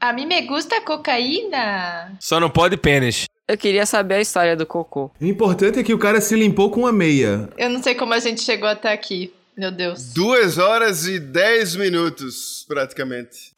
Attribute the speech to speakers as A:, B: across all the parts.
A: A mim me gusta cocaína.
B: Só não pode pênis.
C: Eu queria saber a história do cocô.
D: O importante é que o cara se limpou com uma meia.
A: Eu não sei como a gente chegou até aqui. Meu Deus.
E: Duas horas e dez minutos, praticamente.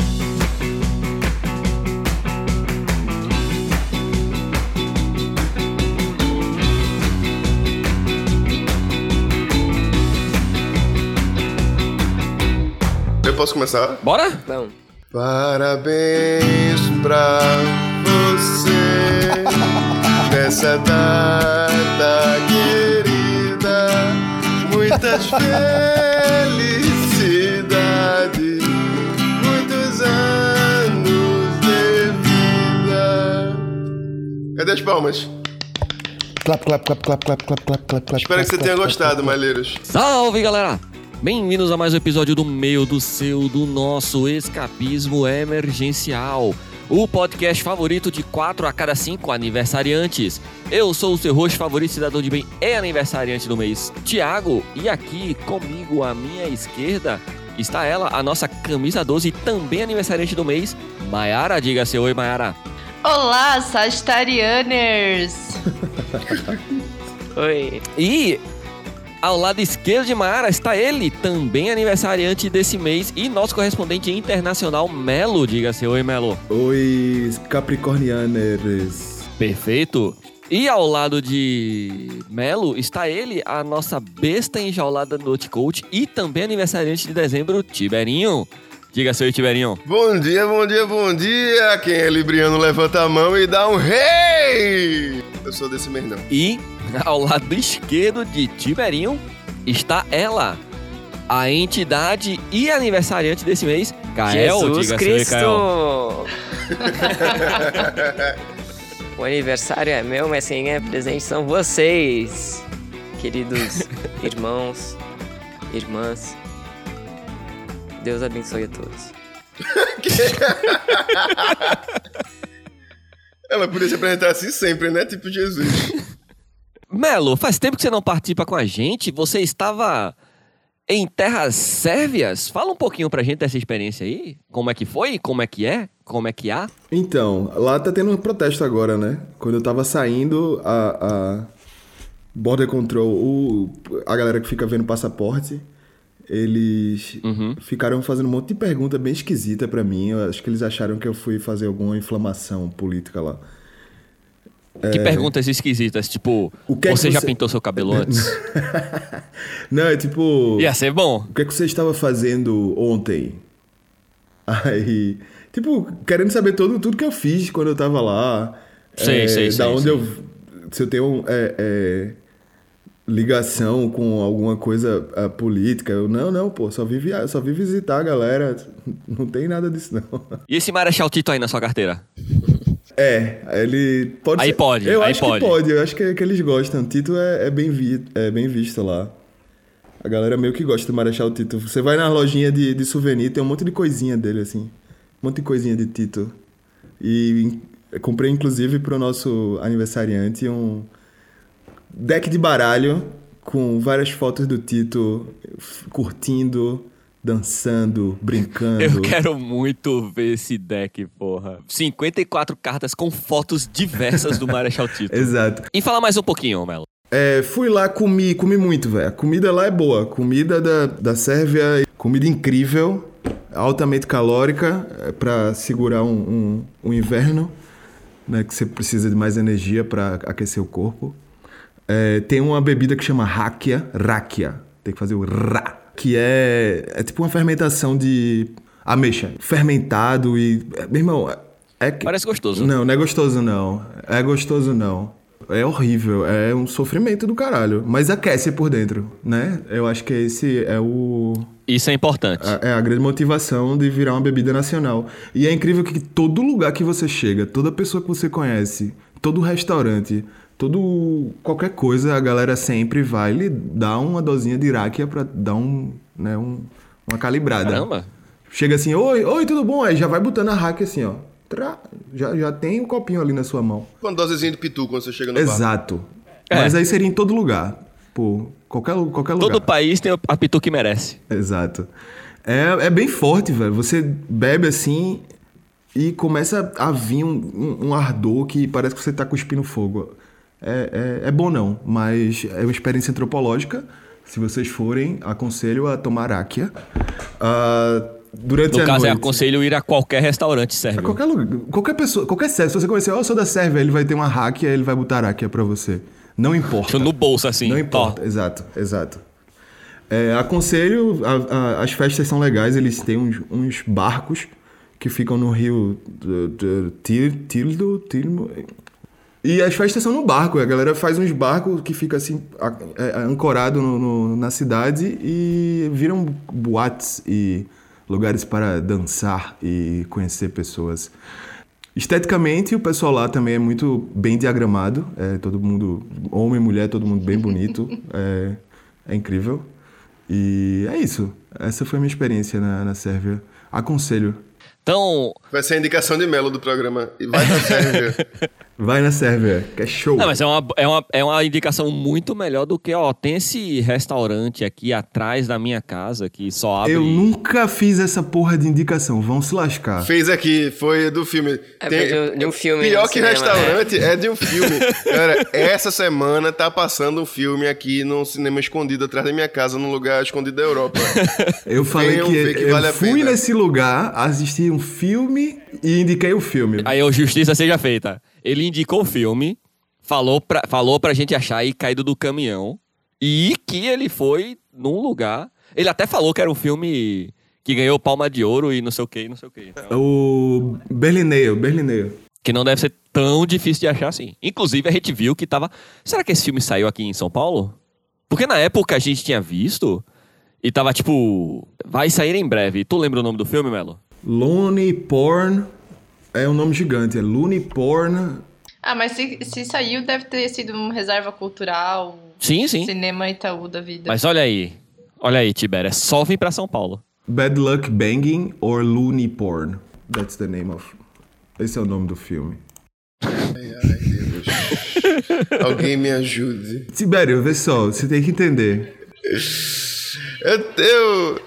E: Eu posso começar?
B: Bora?
C: Não.
E: Parabéns pra você nessa data querida. Muitas felicidades, muitos anos de vida. Cadê as É palmas?
F: Clap, clap, clap, clap, clap, clap, clap, clap, clap.
E: Espero que você
F: clap,
E: tenha
F: clap,
E: gostado,
F: clap, clap.
E: Malheiros.
B: Salve, galera! Bem-vindos a mais um episódio do meu, do seu, do nosso Escapismo Emergencial. O podcast favorito de 4 a cada 5 aniversariantes. Eu sou o seu host favorito, cidadão de bem e aniversariante do mês, Thiago. E aqui comigo, à minha esquerda, está ela, a nossa camisa 12 e também aniversariante do mês, Maiara. Diga seu oi, Maiara.
A: Olá, Sagitarianers.
C: Oi.
B: E ao lado esquerdo de Mara está ele, também aniversariante desse mês e nosso correspondente internacional, Melo. Diga-se oi, Melo.
D: Oi, Capricornianers.
B: Perfeito. E ao lado de Melo está ele, a nossa besta enjaulada no coach e também aniversariante de dezembro, Tiberinho. Diga-se oi, Tiberinho.
E: Bom dia, bom dia, bom dia! Quem é Libriano levanta a mão e dá um rei! Eu sou desse mês, não.
B: E ao lado esquerdo de Tiberinho está ela, a entidade e aniversariante desse mês, Kael.
C: Jesus
B: Diga-se oi,
C: Cristo!
B: Kael.
C: o aniversário é meu, mas quem ganha presente são vocês, queridos irmãos, irmãs. Deus abençoe a todos.
E: Ela podia se apresentar assim sempre, né? Tipo Jesus.
B: Melo, faz tempo que você não participa com a gente. Você estava em terras sérvias. Fala um pouquinho pra gente dessa experiência aí. Como é que foi? Como é que é? Como é que há?
D: Então, lá tá tendo um protesto agora, né? Quando eu tava saindo, a, a Border Control, o- a galera que fica vendo passaporte, eles
B: Uhum.
D: ficaram fazendo um monte de pergunta bem esquisita pra mim. Eu acho que eles acharam que eu fui fazer alguma inflamação política lá.
B: Que perguntas esquisitas, tipo,
D: É. O que é que
B: você já
D: você-
B: pintou seu cabelo antes?
D: Não, é tipo.
B: Ia ser bom.
D: O que é que você estava fazendo ontem? Aí, tipo, querendo saber todo, tudo que eu fiz quando eu tava lá.
B: Sei,
D: é,
B: sei, sei,
D: Da onde
B: sei.
D: eu. Se eu tenho é, é, ligação com alguma coisa ah, política. Eu, não, não, pô, só vim, via- só vim visitar a galera. Não tem nada disso, não.
B: E esse Marechal Tito aí na sua carteira?
D: É, ele pode
B: Aí
D: ser-
B: pode,
D: eu
B: aí
D: acho
B: pode.
D: que pode, eu acho que, que eles gostam. Tito é, é bem vi, é bem visto lá. A galera meio que gosta do Marechal Tito. Você vai na lojinha de, de souvenir, tem um monte de coisinha dele, assim. Um monte de coisinha de Tito. E in- comprei, inclusive, pro nosso aniversariante um deck de baralho com várias fotos do Tito f- curtindo, dançando, brincando.
B: Eu quero muito ver esse deck, porra. 54 cartas com fotos diversas do Marechal Tito.
D: Exato.
B: E fala mais um pouquinho, Melo.
D: É, fui lá, comi, comi muito, velho. A comida lá é boa. Comida da, da Sérvia, comida incrível, altamente calórica, é, pra segurar um, um, um inverno, né? Que você precisa de mais energia pra aquecer o corpo. É, tem uma bebida que chama rakia, rakia. Tem que fazer o ra, que é, é tipo uma fermentação de ameixa. Fermentado e... é, Meu irmão, é... que-
B: Parece gostoso.
D: não, não é gostoso não. É gostoso não. É horrível, é um sofrimento do caralho. Mas aquece por dentro, né? Eu acho que esse é o.
B: Isso é importante.
D: a- É a grande motivação de virar uma bebida nacional. E é incrível que todo lugar que você chega, toda pessoa que você conhece, todo restaurante, todo qualquer coisa, a galera sempre vai lhe dar uma dosinha de iráquia pra dar um, né, um- uma calibrada.
B: Caramba.
D: Chega assim, oi, oi, tudo bom? Aí já vai botando a hack assim, ó. Tra- Já, já tem um copinho ali na sua mão.
E: Com uma dosezinha de pitu quando você chega no bar.
D: Exato.
B: É.
D: Mas aí seria em todo lugar. Pô, qualquer, lu- qualquer lugar.
B: Todo país tem a pitu que merece.
D: Exato. É, é bem forte, velho. Você bebe assim e começa a vir um, um- um ardor que parece que você tá cuspindo fogo. É, é, é bom não, mas é uma experiência antropológica. Se vocês forem, aconselho a tomar áquia. Ah, durante
B: No
D: a
B: caso, é eu
D: noite.
B: aconselho ir a qualquer restaurante,
D: A
B: Sérgio.
D: qualquer lugar, qualquer pessoa, qualquer sérvio, se você conhecer, ó, eu sou da Sérvia, ele vai ter uma ráquia, ele vai botar ráquia pra você. Não importa.
B: No bolso, assim.
D: Não
B: Tó.
D: importa, exato, exato. É, aconselho, a- a- as festas são legais, eles têm uns, uns barcos que ficam no rio do- do- Til- Tildo, Tilmo. E as festas são no barco, a galera faz uns barcos que fica assim, a- é, ancorado no- no- na cidade e viram boates e lugares para dançar e conhecer pessoas. Esteticamente, o pessoal lá também é muito bem diagramado. É, todo mundo, homem, mulher, todo mundo bem bonito. é, é incrível. E é isso. Essa foi a minha experiência na, na Sérvia. Aconselho.
B: Então,
E: Vai ser a indicação de Melo do programa. E vai pra Sérvia.
D: Vai na Sérvia, que é show.
B: Não, mas é uma, é, uma, é uma indicação muito melhor do que, ó, tem esse restaurante aqui atrás da minha casa que só abre.
D: Eu nunca fiz essa porra de indicação. Vão se lascar.
E: Fez aqui, foi do filme.
C: É, foi de- de um filme,
E: Pior
C: no
E: que
C: cinema, né?
E: restaurante é de um filme. Cara, essa semana tá passando um filme aqui num cinema escondido atrás da minha casa, num lugar escondido da Europa.
D: Eu falei
E: Venham
D: que
E: ver que
D: eu
E: vale a
D: fui
E: pena.
D: nesse lugar, assisti um filme e indiquei o filme.
B: Aí o Justiça Seja Feita. Ele indicou o filme, falou pra, falou pra gente achar e caído do caminhão. E que ele foi num lugar. Ele até falou que era um filme que ganhou palma de ouro e não sei o que, não sei o que.
D: O Berlineio, Berlineio.
B: que não deve ser tão difícil de achar assim. Inclusive, a gente viu que tava. Será que esse filme saiu aqui em São Paulo? Porque na época a gente tinha visto e tava tipo. Vai sair em breve. Tu lembra o nome do filme, Melo?
D: Looney Porn é um nome gigante, é Looney Porn.
A: Ah, mas se, se saiu, deve ter sido uma reserva cultural, um
B: Sim, sim.
A: cinema Itaú da vida.
B: Mas olha aí. Olha aí, Tibério. É só vir pra São Paulo.
D: Bad Luck Banging or Looney Porn. That's the name of. Esse é o nome do filme.
E: Alguém me ajude.
D: Tibério, vê só, você tem que entender.
E: Eu, eu,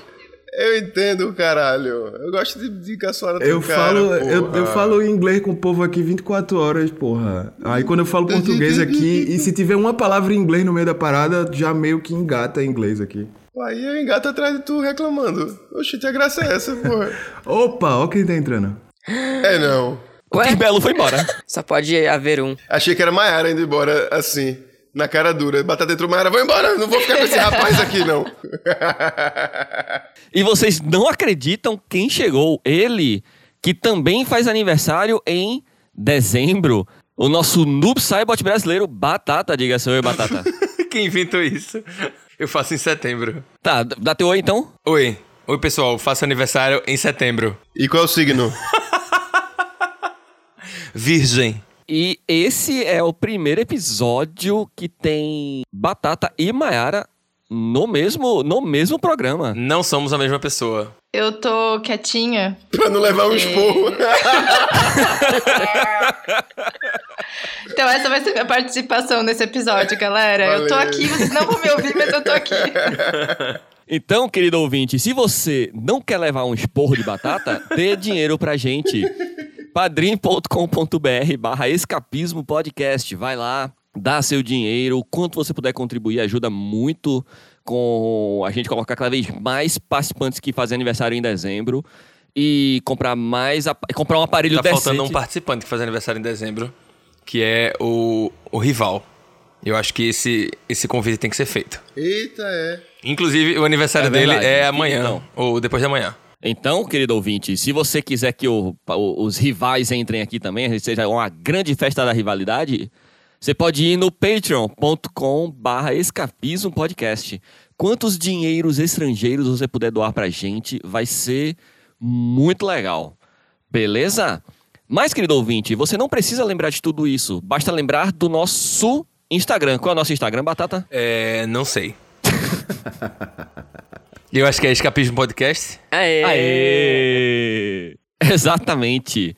E: eu entendo, caralho. Eu gosto de indicar a sua hora
D: Eu
E: do cara,
D: falo, eu,
E: porra.
D: eu falo inglês com o povo aqui 24 horas, porra. Aí quando eu falo português aqui, e se tiver uma palavra em inglês no meio da parada, já meio que engata inglês aqui.
E: Aí eu engato atrás de tu reclamando. Oxe, a graça é essa, porra.
D: Opa, ó quem tá entrando.
E: é não.
B: O
C: Ué?
B: Tibelo foi embora.
C: Só pode haver um.
E: Achei que era Maiara indo embora assim, na cara dura. Batata entrou Maiara, vou embora, não vou ficar com esse rapaz aqui, não.
B: e vocês não acreditam quem chegou. Ele, que também faz aniversário em dezembro. O nosso noob saibot brasileiro, Batata, diga seu eu, Batata.
G: Quem inventou isso? Eu faço em setembro.
B: tá, dá teu oi então.
G: Oi. Oi, pessoal. Faço aniversário em setembro.
E: E qual é o signo?
G: Virgem.
B: E esse é o primeiro episódio que tem Batata e Maiara no mesmo, no mesmo programa.
G: Não somos a mesma pessoa.
A: Eu tô quietinha.
E: pra não
A: É.
E: levar um esporro.
A: Então essa vai ser minha participação nesse episódio, galera. Eu tô
E: Valeu.
A: aqui, vocês não vão me ouvir, mas eu tô aqui.
B: Então, querido ouvinte, se você não quer levar um esporro de batata, dê dinheiro pra gente. padrim.com.br barra escapismo podcast. Vai lá, dá seu dinheiro, o quanto você puder contribuir, ajuda muito com a gente colocar cada vez mais participantes que fazem aniversário em dezembro e comprar mais, ap- comprar um aparelho
G: Tá
B: decente.
G: faltando um participante que faz aniversário em dezembro, que é o, o rival. Eu acho que esse, esse convite tem que ser feito.
E: Eita, é.
G: Inclusive, o aniversário
B: É
G: dele
B: verdade.
G: é amanhã,
B: Então.
G: ou depois de amanhã.
B: Então, querido ouvinte, se você quiser que o- o- os rivais entrem aqui também, seja uma grande festa da rivalidade, você pode ir no patreon.com barra escapismo podcast. Quantos dinheiros estrangeiros você puder doar pra gente, vai ser muito legal. Beleza? Mas, querido ouvinte, você não precisa lembrar de tudo isso. Basta lembrar do nosso Instagram. Qual é o nosso Instagram, Batata?
G: É. Não sei. Eu acho que é Escapismo Podcast.
C: Aê!
B: Aê! Exatamente.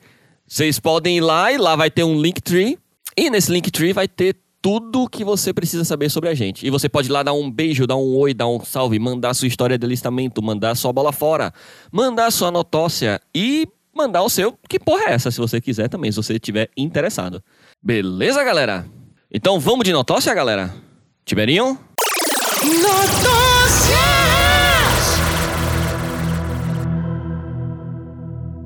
B: Vocês podem ir lá e lá vai ter um Linktree. E nesse Linktree vai ter tudo que você precisa saber sobre a gente. E você pode ir lá dar um beijo, dar um oi, dar um salve, mandar sua história de listamento, mandar sua bola fora, mandar sua notócia e mandar o seu. Que porra é essa, se você quiser também, se você estiver interessado. Beleza, galera? Então vamos de notócia, galera? Tiberinho?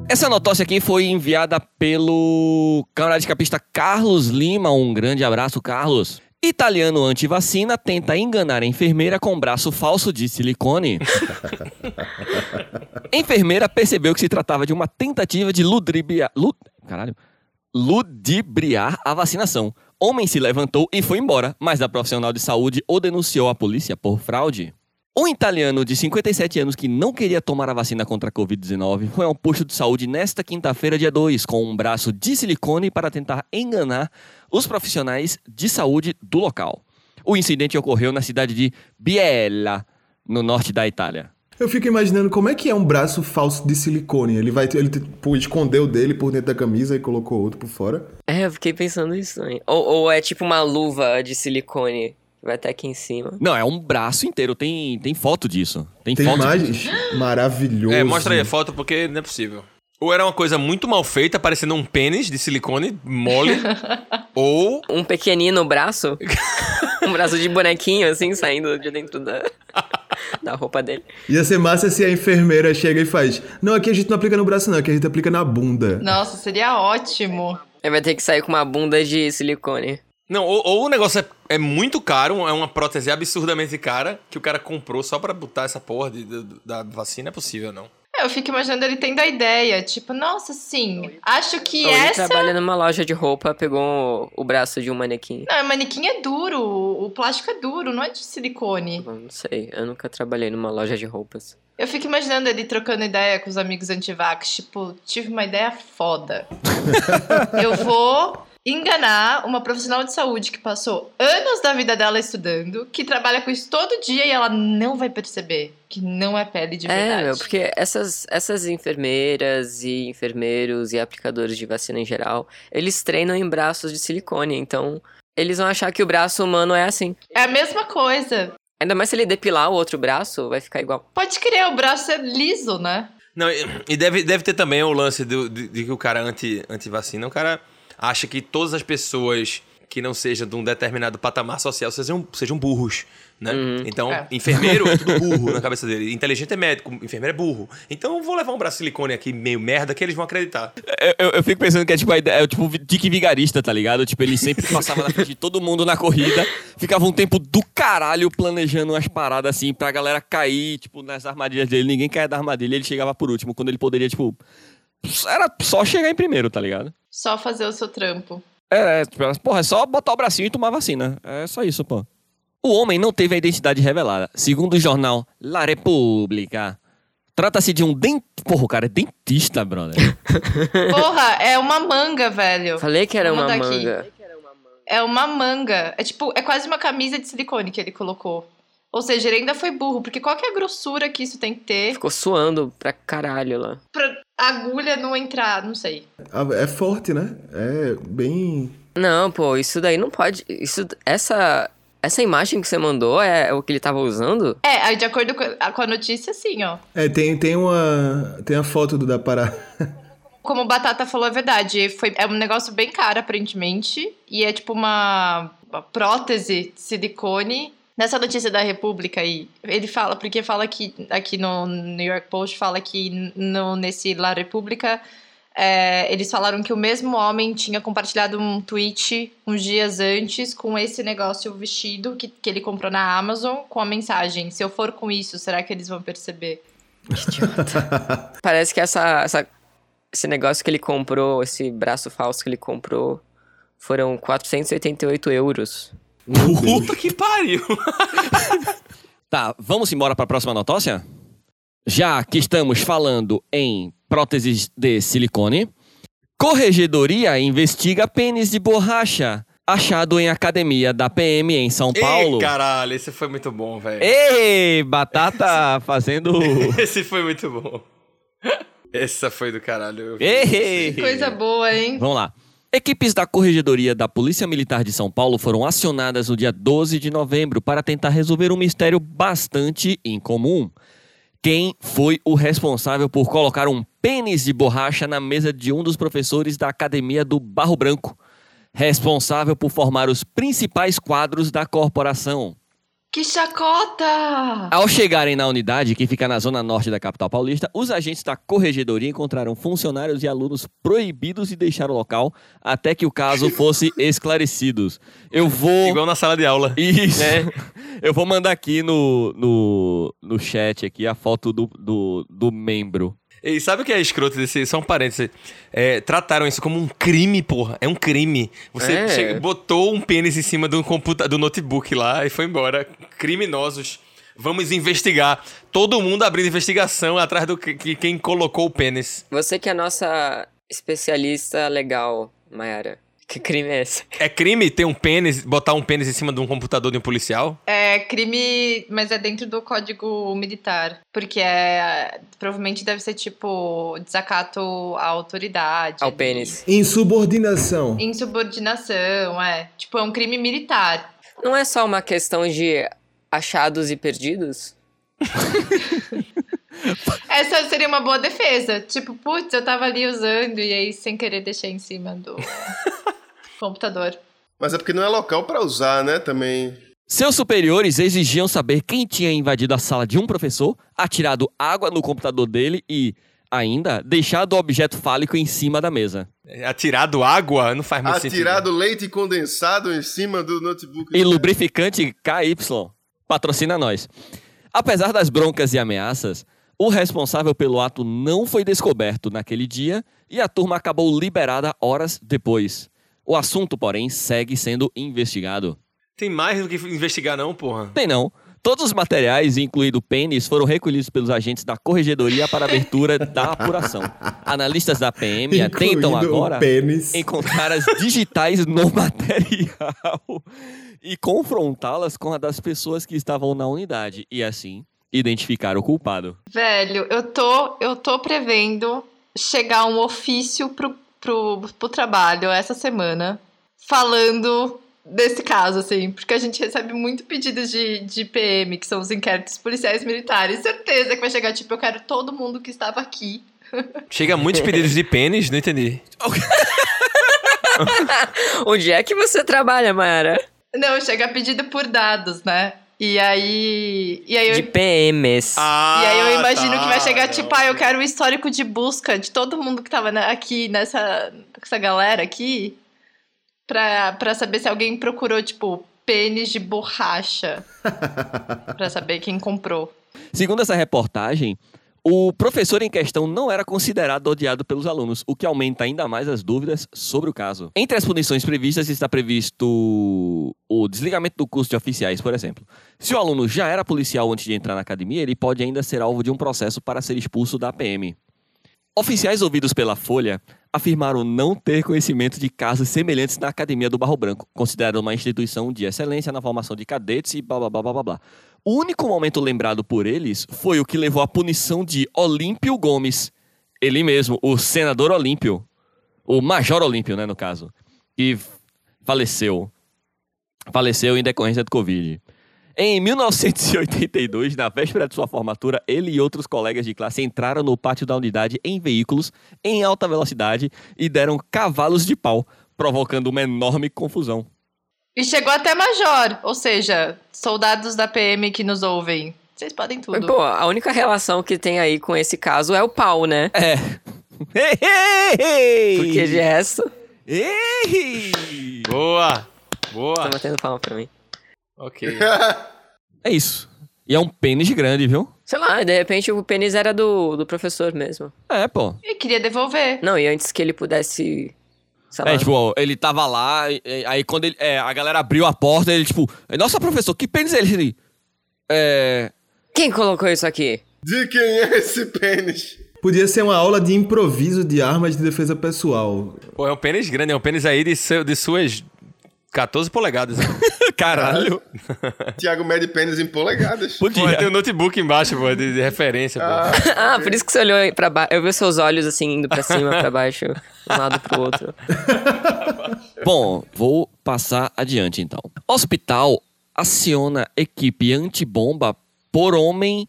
B: Essa notócia aqui foi enviada pelo camarada de capista Carlos Lima. Um grande abraço, Carlos. Italiano antivacina tenta enganar a enfermeira com um braço falso de silicone. enfermeira percebeu que se tratava de uma tentativa de ludribia... lu- Caralho. ludibriar a vacinação. Homem se levantou e foi embora, mas a profissional de saúde o denunciou à polícia por fraude. Um italiano de 57 anos que não queria tomar a vacina contra a Covid-19 foi ao posto de saúde nesta quinta-feira, dia 2, com um braço de silicone para tentar enganar os profissionais de saúde do local. O incidente ocorreu na cidade de Biella, no norte da Itália.
D: Eu fico imaginando como é que é um braço falso de silicone. Ele vai, ele tipo, escondeu dele por dentro da camisa e colocou outro por fora.
C: É, eu fiquei pensando nisso também. Ou, ou é tipo uma luva de silicone que vai até aqui em cima.
B: Não, é um braço inteiro, tem, tem foto disso. Tem,
D: Tem
B: foto
D: imagens maravilhoso.
G: É, mostra aí a foto porque não é possível. Ou era uma coisa muito mal feita, parecendo um pênis de silicone mole, ou
C: Um pequenino braço. um braço de bonequinho, assim, saindo de dentro da, da roupa dele.
D: Ia ser massa se a enfermeira chega e faz. Não, aqui a gente não aplica no braço, não, aqui a gente aplica na bunda.
A: Nossa, seria ótimo.
C: Ele vai ter que sair com uma bunda de silicone.
G: Não, ou, ou o negócio é, é muito caro, é uma prótese absurdamente cara, que o cara comprou só pra botar essa porra de- de- da vacina, é possível, não.
A: É, Eu fico imaginando ele tendo a ideia, tipo, nossa, sim, acho que
C: Ou ele
A: essa... é
C: trabalha numa loja de roupa, pegou o, o braço de um manequim.
A: Não, manequim é duro, o plástico é duro, não é de silicone.
C: Eu Não sei, eu nunca trabalhei numa loja de roupas.
A: Eu fico imaginando ele trocando ideia com os amigos antivax, tipo, tive uma ideia foda. Eu vou enganar uma profissional de saúde que passou anos da vida dela estudando, que trabalha com isso todo dia e ela não vai perceber que não é pele de verdade.
C: É, meu, porque essas, essas enfermeiras e enfermeiros e aplicadores de vacina em geral, eles treinam em braços de silicone, então eles vão achar que o braço humano é assim.
A: É a mesma coisa.
C: Ainda mais se ele depilar o outro braço, vai ficar igual.
A: Pode crer, o braço é liso, né?
G: Não, e, e deve, deve ter também o lance do, de, de que o cara anti, anti-vacina, o cara acha que todas as pessoas que não sejam de um determinado patamar social sejam, sejam burros, né? Então,
A: É.
G: enfermeiro é tudo burro na cabeça dele. Inteligente é médico, enfermeiro é burro. Então, eu vou levar um braço de silicone aqui meio merda que eles vão acreditar.
B: Eu, eu- eu fico pensando que é tipo a ideia, é tipo o Dick Vigarista, tá ligado? Tipo, ele sempre passava na frente de todo mundo na corrida, ficava um tempo do caralho planejando umas paradas assim pra galera cair, tipo, nas armadilhas dele. Ninguém caia da armadilha, ele chegava por último, quando ele poderia, tipo. Era só chegar em primeiro, tá ligado?
A: Só fazer o seu trampo.
B: É, é, tipo, elas, porra, é só botar o bracinho e tomar vacina. É só isso, pô. O homem não teve a identidade revelada. Segundo o jornal La República, trata-se de um dent... Porra, o cara é dentista, brother.
A: Porra, é uma manga, velho.
C: Falei que era
A: Vou
C: uma
A: mudar aqui.
C: manga.
A: É uma manga. É tipo, é quase uma camisa de silicone que ele colocou. Ou seja, ele ainda foi burro, porque qual que é a grossura que isso tem que ter
C: Ficou suando pra caralho lá.
A: pra agulha não entrar? Não sei.
D: A- É forte, né? É bem.
C: Não, pô, isso daí não pode. Isso, essa, essa imagem que você mandou é o que ele tava usando?
A: É, aí de acordo com a, com a notícia, sim, ó.
D: É, tem, tem uma. Tem a foto do da parada.
A: Como o Batata falou, é verdade. Foi, é um negócio bem caro, aparentemente. E é tipo uma, uma prótese de silicone. Nessa notícia da República aí, ele fala, porque fala que aqui no New York Post fala que no, nesse La República é, eles falaram que o mesmo homem tinha compartilhado um tweet uns dias antes com esse negócio vestido que, que ele comprou na Amazon com a mensagem: se eu for com isso, será que eles vão perceber?
C: Parece que essa, essa, esse negócio que ele comprou, esse braço falso que ele comprou, foram 488 euros.
G: Puta que pariu!
B: Tá, vamos embora pra próxima notócia? Já que estamos falando em próteses de silicone, Corregedoria investiga pênis de borracha achado em academia da PM em São Paulo.
G: Ei, caralho, esse foi muito bom, velho.
B: Ei, batata fazendo.
G: Esse foi muito bom. Essa foi do caralho. eu vi.
B: Ei!
A: Coisa boa, hein?
B: Vamos lá. Equipes da Corregedoria da Polícia Militar de São Paulo foram acionadas no dia 12 de novembro para tentar resolver um mistério bastante incomum. Quem foi o responsável por colocar um pênis de borracha na mesa de um dos professores da Academia do Barro Branco? Responsável por formar os principais quadros da corporação.
A: Que chacota!
B: Ao chegarem na unidade, que fica na zona norte da capital paulista, os agentes da corregedoria encontraram funcionários e alunos proibidos de deixar o local até que o caso fosse esclarecido. Eu vou.
G: Igual na sala de aula.
B: Isso.
G: É.
B: Eu vou mandar aqui no, no, no chat aqui a foto do, do, do membro.
G: E sabe o que é escroto desse? Só um parênteses. É, trataram isso como um crime, porra. É um crime. Você
C: É.
G: che- botou um pênis em cima do, computa do notebook lá e foi embora. Criminosos. Vamos investigar. Todo mundo abrindo investigação atrás do que, que- quem colocou o pênis.
C: Você que é a nossa especialista legal, Mayara. Que crime é esse?
G: É crime ter um pênis, botar um pênis em cima de um computador de um policial?
A: É crime, mas é dentro do código militar. Porque é. Provavelmente deve ser tipo desacato à autoridade.
C: Ao
A: ali.
C: pênis.
D: Insubordinação.
A: Insubordinação, é. Tipo, é um crime militar.
C: Não é só uma questão de achados e perdidos?
A: Essa seria uma boa defesa. Tipo, putz, eu tava ali usando e aí sem querer deixei em cima do computador.
E: Mas é porque não é local pra usar, né? Também.
B: Seus superiores exigiam saber quem tinha invadido a sala de um professor, atirado água no computador dele e, ainda, deixado o objeto fálico em cima da mesa.
G: Atirado É, água? Não faz muito sentido.
E: Atirado leite condensado em cima do notebook.
B: E lubrificante KY. Patrocina nós. Apesar das broncas e ameaças, o responsável pelo ato não foi descoberto naquele dia e a turma acabou liberada horas depois. O assunto, porém, segue sendo investigado.
G: Tem mais do que investigar, não, porra.
B: Tem não. Todos os materiais, incluindo o pênis, foram recolhidos pelos agentes da corregedoria para abertura da apuração. Analistas da PM
G: então
D: Incluindo
B: atentam
D: o
B: agora
D: pênis.
B: encontrar as digitais no material e confrontá-las com a das pessoas que estavam na unidade e assim identificar o culpado.
A: Velho, eu tô, eu tô prevendo chegar um ofício pro, pro, pro trabalho essa semana falando desse caso, assim, porque a gente recebe muito pedidos de, de PM, que são os inquéritos policiais militares. Certeza que vai chegar, tipo, eu quero todo mundo que estava aqui.
G: Chega muitos pedidos de pênis, não entendi.
C: Onde é que você trabalha, Mayara?
A: Não, chega pedido por dados, né? E aí. E aí eu
C: De PMs.
G: Ah,
A: E aí eu imagino
G: tá,
A: que vai chegar,
G: não.
A: tipo, ah, eu quero o histórico de busca de todo mundo que tava na- aqui nessa essa galera aqui. Pra, pra saber se alguém procurou, tipo, pênis de borracha. pra saber quem comprou.
B: Segundo essa reportagem, o professor em questão não era considerado odiado pelos alunos, o que aumenta ainda mais as dúvidas sobre o caso. Entre as punições previstas está previsto o desligamento do curso de oficiais, por exemplo. Se o aluno já era policial antes de entrar na academia, ele pode ainda ser alvo de um processo para ser expulso da PM. Oficiais ouvidos pela Folha afirmaram não ter conhecimento de casos semelhantes na Academia do Barro Branco, considerada uma instituição de excelência na formação de cadetes e blá blá blá blá blá blá. O único momento lembrado por eles foi o que levou à punição de Olímpio Gomes, ele mesmo, o senador Olímpio, o Major Olímpio, né, no caso, que faleceu. Faleceu em decorrência do Covid. Em 1982, na véspera de sua formatura, ele e outros colegas de classe entraram no pátio da unidade em veículos em alta velocidade e deram cavalos de pau, provocando uma enorme confusão.
A: E chegou até Major, ou seja, soldados da PM que nos ouvem. Vocês podem
C: Mas,
A: tudo.
C: pô, a única relação que tem aí com esse caso é o pau, né?
B: É.
C: Porque é- de resto,
B: Ei!
G: Boa!
C: tá
B: Ah.
G: Boa!
C: batendo palma pra mim.
G: Ok.
B: É isso. E é um pênis grande, viu?
C: Sei lá, de repente o pênis era do, do professor mesmo.
B: É, pô.
A: E queria devolver.
C: Não, e antes que ele pudesse. Sei Tá lá.
B: É, tipo, ó, ele tava lá, e- e- aí quando ele, é, a galera abriu a porta, ele, tipo, nossa, professor, que pênis é ele? É.
C: Quem colocou isso aqui?
E: De quem é esse pênis?
D: Podia ser uma aula de improviso de armas de defesa pessoal.
G: Pô, é um pênis grande, é um pênis aí de, seu- de suas 14 polegadas. né?
B: Caralho.
E: Tiago mede pênis em polegadas.
G: pô, tem um
B: Podia.
G: notebook embaixo, pô, de, de referência, pô.
C: ah, por isso que você olhou aí pra baixo. Eu vi seus olhos assim, indo pra cima, pra baixo, de um lado pro outro.
B: Bom, vou passar adiante então. Hospital aciona equipe antibomba por homem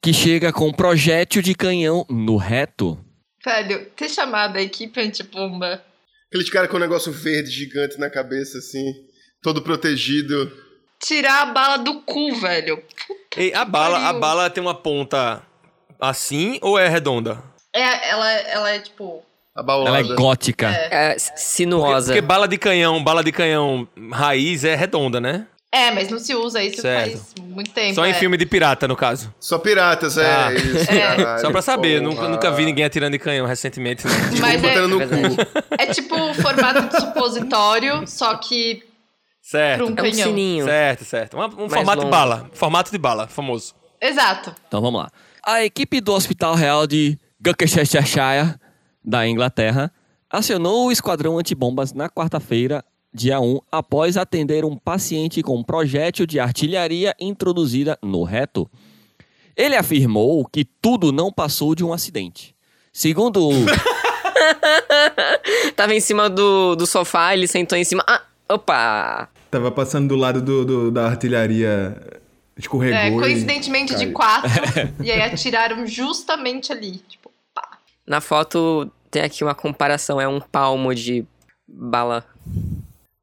B: que chega com projétil de canhão no reto.
A: Velho, ter chamado a equipe antipumba.
E: Aqueles caras com um negócio verde gigante na cabeça, assim, todo protegido.
A: Tirar a bala do cu, velho.
G: Ei, a bala, a
A: pariu.
G: bala tem uma ponta assim ou é redonda?
A: É, ela, ela é tipo.
E: A
B: Ela
E: baulada.
B: é gótica.
C: É, s- sinuosa.
G: Porque bala de canhão, bala de canhão raiz é redonda, né?
A: É, mas não se usa isso
G: Certo.
A: faz muito tempo.
G: Só em
A: é.
G: filme de pirata, no caso.
E: Só piratas, é.
G: Ah.
E: Isso,
A: É.
E: caralho,
G: Só pra saber,
E: porra.
G: nunca, nunca vi ninguém atirando de canhão recentemente. né?
A: Mas é,
E: Botando no
C: É
E: cu.
A: é tipo o formato de supositório, só que pra
G: Certo.
A: um
C: É um
A: canhão.
C: sininho.
G: Certo, certo. Um, um formato de
C: longo.
G: bala. Formato de bala, famoso.
A: Exato.
B: Então vamos lá. A equipe do Hospital Real de Gloucestershire, da Inglaterra, acionou o esquadrão antibombas na quarta-feira, dia 1, após atender um paciente com projétil de artilharia introduzida no reto. Ele afirmou que tudo não passou de um acidente. Segundo o
C: Tava em cima do, do sofá, ele sentou em cima. Ah, opa!
D: Tava passando do lado do, do- da artilharia,
A: É,
D: escorregou. e-
A: coincidentemente de
D: caiu.
A: quatro. e aí atiraram justamente ali. Tipo, pá.
C: Na foto tem aqui uma comparação, é um palmo de bala.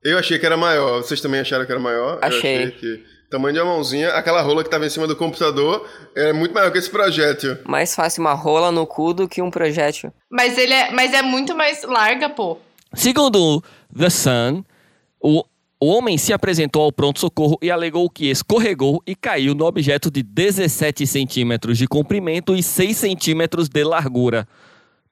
E: Eu achei que era maior. Vocês também acharam que era maior? Eu
C: Achei.
E: que... Tamanho de uma mãozinha, aquela rola que tava em cima do computador é muito maior que esse projétil.
C: Mais fácil uma rola no cu do que um projétil.
A: Mas ele é, mas é muito mais larga, pô.
B: Segundo The Sun, o, o homem se apresentou ao pronto-socorro e alegou que escorregou e caiu no objeto de 17 centímetros de comprimento e 6 centímetros de largura.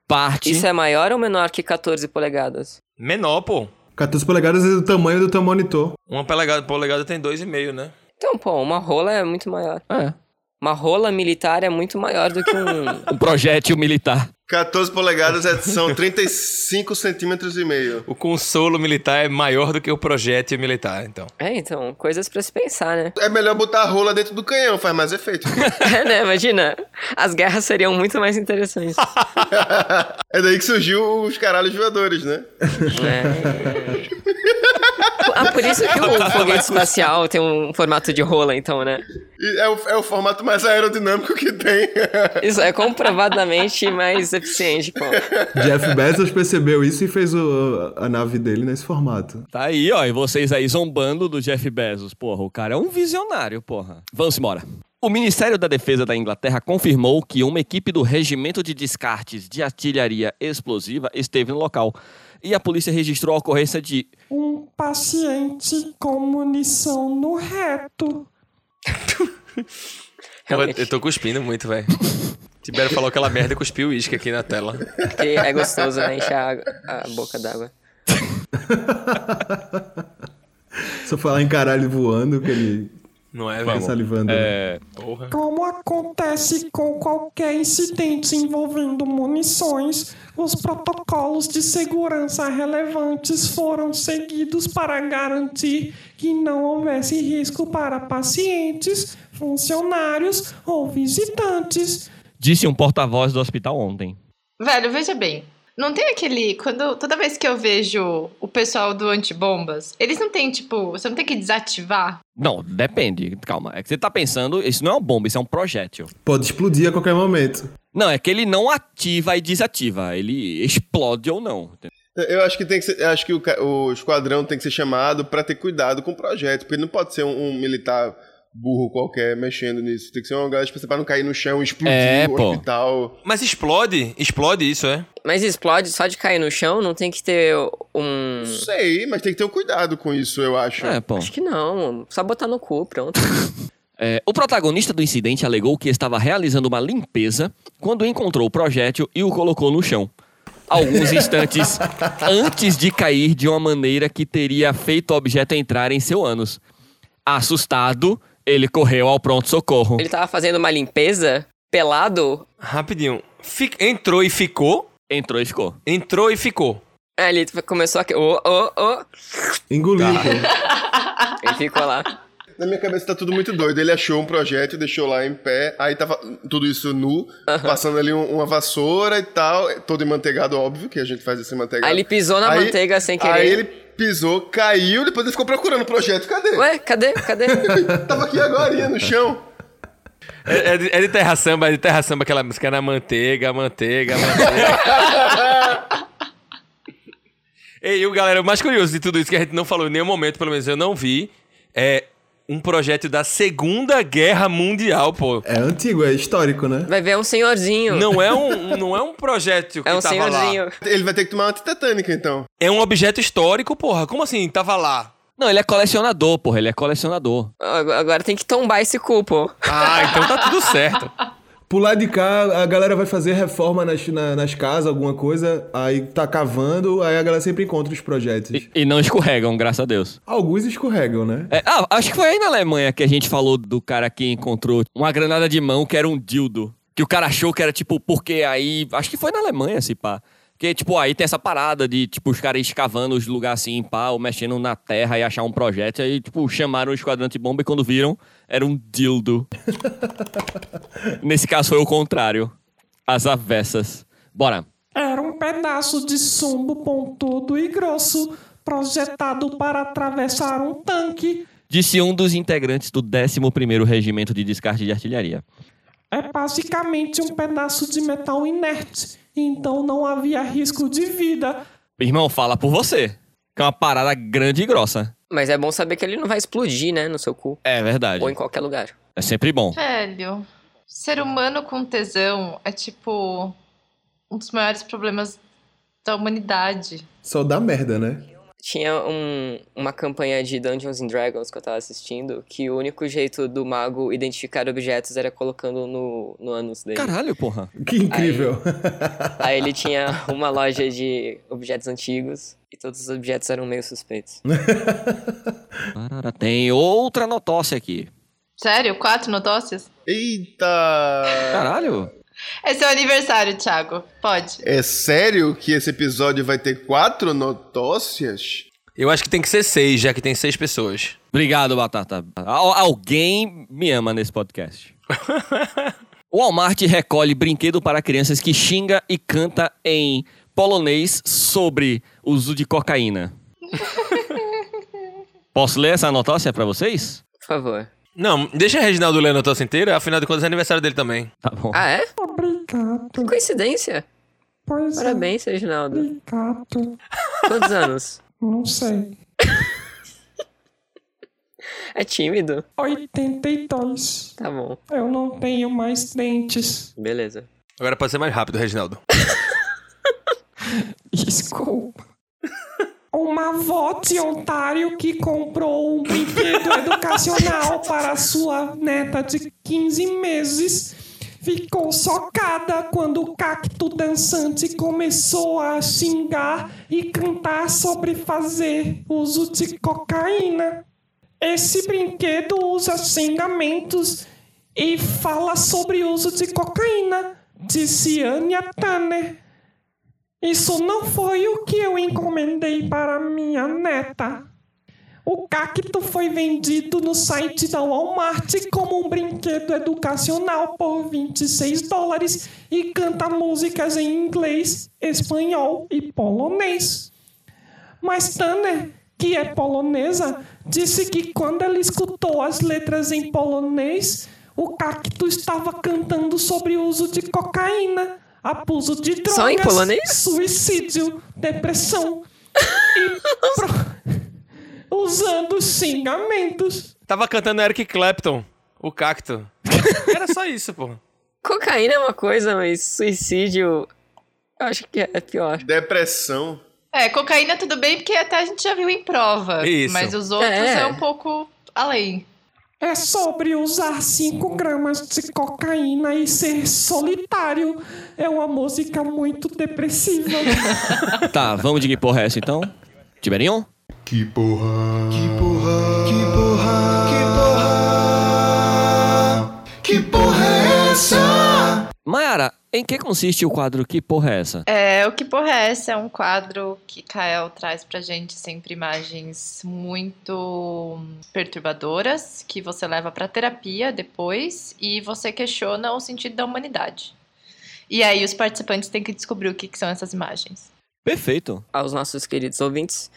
B: Parte.
C: Isso é maior ou menor que 14 polegadas?
G: Menor, pô.
D: 14 polegadas é do tamanho do teu monitor.
G: Uma polegada, polegada tem dois e meio, né?
C: Então, pô, uma rola é muito maior.
B: É,
C: Uma rola militar é muito maior do que um.
B: um projétil militar.
E: 14 polegadas é- são 35 centímetros e meio.
G: O consolo militar é maior do que o projétil militar, então.
C: É, então, coisas pra se pensar, né?
E: É melhor botar a rola dentro do canhão, faz mais efeito.
C: É, né? Imagina. As guerras seriam muito mais interessantes.
E: é daí que surgiu os caralhos voadores, né?
C: Ah, por isso que o foguete espacial tem um formato de rola, então, né?
E: E é, o, é o formato mais aerodinâmico que tem.
C: Isso é comprovadamente mais eficiente, pô.
D: Jeff Bezos percebeu isso e fez o- a nave dele nesse formato.
B: Tá aí, ó, e vocês aí zombando do Jeff Bezos. Porra, o cara é um visionário, porra. Vamos embora. O Ministério da Defesa da Inglaterra confirmou que uma equipe do Regimento de Descartes de Artilharia Explosiva esteve no local. E a polícia registrou a ocorrência de
H: um paciente com munição no reto.
G: Eu,
C: Realmente.
G: eu tô cuspindo muito, velho. Tibério falou aquela merda e cuspiu o uísque aqui na tela.
C: Porque é gostoso, né? Encher a, água- a boca d'água.
D: Só falar em caralho voando, que ele
G: Não é,
D: fica
G: velho?
D: salivando. né?
G: Porra.
H: Como acontece com qualquer incidente envolvendo munições, os protocolos de segurança relevantes foram seguidos para garantir que não houvesse risco para pacientes, funcionários ou visitantes.
B: Disse um porta-voz do hospital ontem.
A: Velho, veja bem. Não tem aquele. Quando, toda vez que eu vejo o pessoal do antibombas, eles não tem, tipo. Você não tem que desativar.
B: Não, depende. Calma. É que você tá pensando, isso não é uma bomba, isso é um projétil.
D: Pode explodir a qualquer momento.
B: Não, é que ele não ativa e desativa. Ele explode ou não.
E: Eu acho que tem que ser, eu acho que o, ca- o esquadrão tem que ser chamado pra ter cuidado com o projeto, porque não pode ser um, um militar burro qualquer mexendo nisso. Tem que ser uma galera especial pra não cair no chão, explodir
B: É,
E: o
B: pô.
E: hospital.
G: Mas explode? Explode isso, é?
C: Mas explode só de cair no chão? Não tem que ter um.
E: Não sei, mas tem que ter um cuidado com isso, eu acho.
B: É, pô.
C: Acho que não. Só botar no cu, pronto.
B: É, o protagonista do incidente alegou que estava realizando uma limpeza quando encontrou o projétil e o colocou no chão. Alguns instantes antes de cair de uma maneira que teria feito o objeto entrar em seu ânus. Assustado, ele correu ao pronto-socorro.
C: Ele tava fazendo uma limpeza pelado.
G: Rapidinho. Fi- entrou e ficou?
B: Entrou e ficou.
G: Entrou e ficou.
C: Aí ele começou a. Ô, ô, ô.
D: Engoliu. pô.
C: Ele ficou lá.
E: Na minha cabeça tá tudo muito doido. Ele achou um projeto, deixou lá em pé, aí tava tudo isso nu, passando ali um- uma vassoura e tal, todo manteigado óbvio, que a gente faz esse manteigado.
C: Aí ele pisou na
E: Aí-
C: manteiga sem querer.
E: Aí ele pisou, caiu, depois ele ficou procurando o projeto. Cadê?
C: Ué, cadê? Cadê?
E: Tava aqui agora, no chão.
G: É, é de, é de terra samba, é de terra samba aquela música na manteiga, manteiga, manteiga. Ei, e o galera, o mais curioso de tudo isso que a gente não falou em nenhum momento, pelo menos eu não vi, é um projeto da Segunda Guerra Mundial, pô.
D: É antigo, é histórico, né?
C: Vai ver é um senhorzinho.
G: Não é um, não é um projeto que
C: é um
G: tava lá.
C: senhorzinho.
E: Ele vai ter que tomar uma antitetânica, então.
G: É um objeto histórico, porra. Como assim? Tava lá.
B: Não, ele é colecionador, porra. Ele é colecionador.
C: Ag- Agora tem que tombar esse cu, pô.
G: Ah, então tá tudo certo.
D: Pular de cá, a galera vai fazer reforma nas, na- nas casas, alguma coisa, aí tá cavando, aí a galera sempre encontra os projetos.
B: E, e não escorregam, graças a Deus.
D: Alguns escorregam, né?
B: É, ah, acho que foi aí na Alemanha que a gente falou do cara que encontrou uma granada de mão que era um dildo. Que o cara achou que era tipo, porque aí. Acho que foi na Alemanha, se pá. Porque, tipo, aí tem essa parada de, tipo, os caras escavando os lugares assim, pá, ou mexendo na terra e achar um projeto. E aí, tipo, chamaram o esquadrão de bomba e quando viram, era um dildo. Nesse caso foi o contrário. As avessas. Bora.
H: Era um pedaço de chumbo pontudo e grosso, projetado para atravessar um tanque.
B: Disse um dos integrantes do 11º Regimento de Descarte de Artilharia.
H: É basicamente um pedaço de metal inerte, então não havia risco de vida.
B: Irmão, fala por você. Que é uma parada grande e grossa.
C: Mas é bom saber que ele não vai explodir, né, no seu cu.
B: É verdade.
C: Ou em qualquer lugar.
B: É sempre bom.
A: Velho, ser humano com tesão é tipo um dos maiores problemas da humanidade.
D: Só dá merda, né?
C: Tinha um- uma campanha de Dungeons and Dragons que eu tava assistindo, que o único jeito do mago identificar objetos era colocando no, no ânus dele.
B: Caralho, porra.
D: Que incrível.
C: Aí ele tinha uma loja de objetos antigos e todos os objetos eram meio suspeitos.
B: Parará, Tem outra notócia aqui.
A: Sério? Quatro notócias?
E: Eita!
B: Caralho.
A: É seu aniversário, Thiago. Pode.
E: É sério que esse episódio vai ter quatro notócias?
G: Eu acho que tem que ser seis, já que tem seis pessoas.
B: Obrigado, Batata. Al- alguém me ama nesse podcast. o Walmart recolhe brinquedo para crianças que xinga e canta em polonês sobre uso de cocaína. Posso ler essa notócia pra vocês?
C: Por favor.
G: Não, deixa o Reginaldo ler a notócia inteira, afinal de contas é aniversário dele também.
B: Tá bom.
C: Ah, é?
H: Obrigado.
C: Coincidência.
H: Pois é,
C: Parabéns, Reginaldo.
H: Obrigado.
C: Quantos anos?
H: Não sei.
C: É tímido?
H: 82.
C: Tá bom.
H: Eu não tenho mais dentes.
C: Beleza.
G: Agora pode ser mais rápido, Reginaldo.
H: Desculpa. Uma avó de Ontário que comprou um brinquedo educacional para sua neta de 15 meses ficou socada quando o cacto dançante começou a xingar e cantar sobre fazer uso de cocaína. Esse brinquedo usa xingamentos e fala sobre uso de cocaína, disse Anya Tanner. Isso não foi o que eu encomendei para minha neta. O cacto foi vendido no site da Walmart como um brinquedo educacional por 26 dólares e canta músicas em inglês, espanhol e polonês. Mas Tanner, que é polonesa, disse que quando ela escutou as letras em polonês, o cacto estava cantando sobre o uso de cocaína, abuso de drogas,
C: Só em polonês?
H: suicídio, depressão e pro- usando xingamentos.
G: Tava cantando Eric Clapton, o cacto. Era só isso, pô.
C: Cocaína é uma coisa, mas suicídio. Eu acho que é pior.
E: Depressão.
A: É, cocaína tudo bem, porque até a gente já viu em prova.
G: Isso.
A: Mas os outros
C: É.
A: é, um pouco além.
H: É sobre usar 5 gramas de cocaína e ser solitário. É uma música muito depressiva.
B: Tá, vamos de que porra é essa então? Tiberinho? Mayara, em que consiste o quadro Que Porra é essa?
A: É, o que porra é essa? É um quadro que Kael traz pra gente sempre imagens muito perturbadoras que você leva pra terapia depois e você questiona o sentido da humanidade. E aí os participantes têm que descobrir o que, que são essas imagens.
B: Perfeito.
C: Aos nossos queridos ouvintes,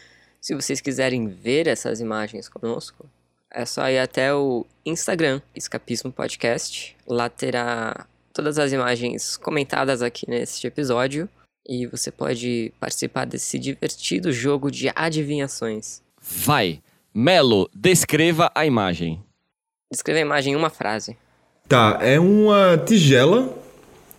C: se vocês quiserem ver essas imagens conosco, É só ir até o Instagram, Escapismo Podcast. Lá terá todas as imagens comentadas aqui neste episódio. E você pode participar desse divertido jogo de adivinhações.
B: Vai. Melo, descreva a imagem.
C: Descreva a imagem em uma frase.
D: Tá, é uma tigela,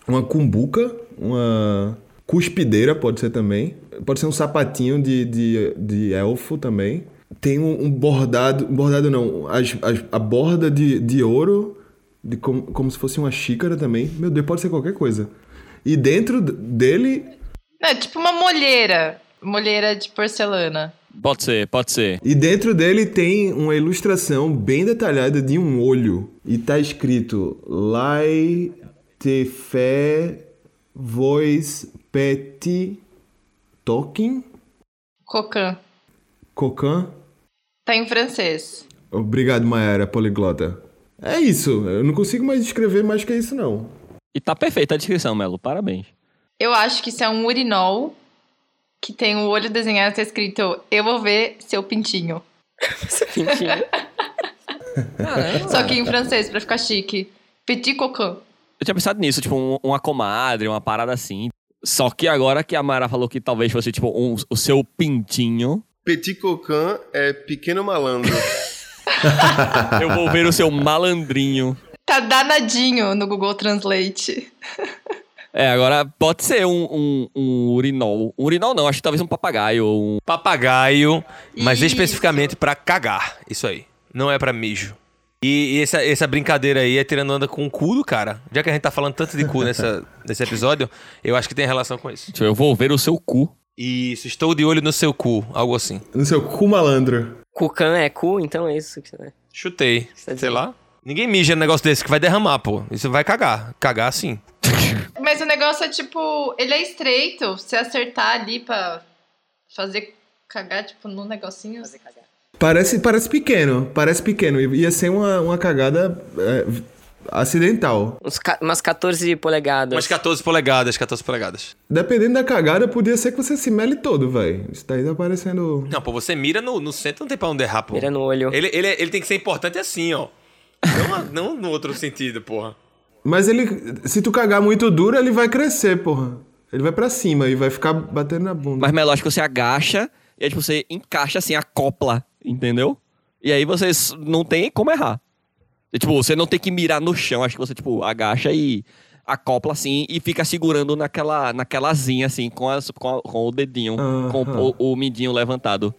D: uma cumbuca, uma cuspideira pode ser também. Pode ser um sapatinho de, de, de elfo também. Tem um, um bordado, um bordado não, as, as- a borda de, de ouro, de com- como se fosse uma xícara também. Meu Deus, pode ser qualquer coisa. E dentro d- dele
A: Não, é tipo uma molheira. Molheira de porcelana.
B: Pode ser, pode ser.
D: E dentro dele tem uma ilustração bem detalhada de um olho. E tá escrito Lai te fé vois petit token
A: Cocan.
D: cocan.
A: Tá em francês.
D: Obrigado, Mayara, poliglota. É isso, eu não consigo mais escrever mais que isso não.
B: E tá perfeita a descrição, Melo. Parabéns.
A: Eu acho que isso é um urinol que tem o olho desenhado e tá escrito Eu vou ver seu pintinho.
C: Pintinho.
B: Caramba.
A: Só que em francês, pra ficar chique. Petit cocan.
B: Eu tinha pensado nisso, tipo, um- uma comadre, uma parada assim. Só que agora que a Mara falou que talvez fosse, tipo, um- o seu pintinho,
E: Petit Cocan é pequeno malandro.
B: eu vou ver o seu malandrinho.
A: Tá danadinho no Google Translate.
B: É, agora pode ser um, um, um urinol. Um urinol não, acho que talvez um papagaio ou um...
G: Papagaio, mas
A: Isso.
G: especificamente pra cagar. Isso aí. Não é pra mijo. E, e essa, essa brincadeira aí é tirando onda com o cu do cara. Já que a gente tá falando tanto de cu nessa, nesse episódio, eu acho que tem relação com isso.
B: Deixa eu ver, eu vou ver o seu cu.
G: Isso, estou de olho no seu cu, algo assim.
D: No seu cu malandro.
C: Cucan é cu, então é isso que você vai.
G: Chutei.
C: Isso é
G: Sei
C: de-
G: lá. Ninguém mija num negócio desse que vai derramar, pô. Isso vai cagar. Cagar sim.
A: Mas o negócio é tipo, ele é estreito. Se acertar ali pra fazer cagar, tipo, num negocinho.
D: Parece, parece pequeno, parece pequeno. Ia ser uma, uma cagada é, acidental.
C: Uns ca- Umas 14 polegadas.
G: Umas 14 polegadas, 14 polegadas.
D: Dependendo da cagada, podia ser que você se mele todo, velho. Isso daí tá parecendo.
G: Não, pô, você mira no, no centro, não tem pra onde errar, pô.
C: Mira no olho.
G: Ele, ele, ele tem que ser importante assim, ó. Não, a- não no outro sentido, porra.
D: Mas ele. Se tu cagar muito duro, ele vai crescer, porra. Ele vai pra cima e vai ficar batendo na bunda.
B: Mas Melo, acho que você agacha e aí tipo, você encaixa assim a copla, entendeu? E aí você s- não tem como errar. E, tipo, você não tem que mirar no chão, acho que você tipo agacha e acopla assim e fica segurando naquela naquela asinha assim com, as, com, a- com o dedinho,
D: Aham.
B: com o, o mindinho levantado.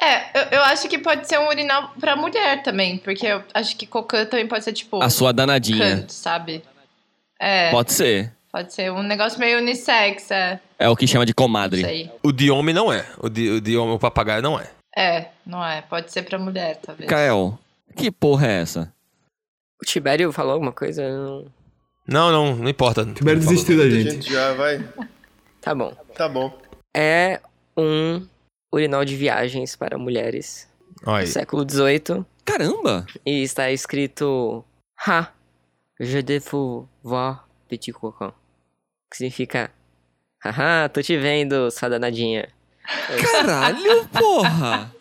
A: É, eu, eu acho que pode ser um urinal pra mulher também. Porque eu acho que cocan também pode ser tipo.
B: A sua danadinha.
A: canto, sabe? É, pode.
B: Pode ser.
A: ser um negócio meio unissex, é.
B: É o que chama de
A: Não
B: comadre.
A: sei.
G: O de homem não é. O de, o de homem, o papagaio não é.
A: É, não é. Pode ser pra mulher, talvez.
B: Kael, que porra é essa?
C: O Tibério falou alguma coisa? Eu não-
G: Não, não, não importa.
D: Tiveram desistir da
E: A
D: gente.
E: gente já vai.
C: Tá bom.
E: Tá bom.
C: É um urinal de viagens para mulheres do
G: Olha aí.
C: século XVIII.
B: Caramba!
C: E está escrito Ha, je te fous voir, petit cocon. Que significa Haha, tô te vendo, sua danadinha.
B: Caralho, porra!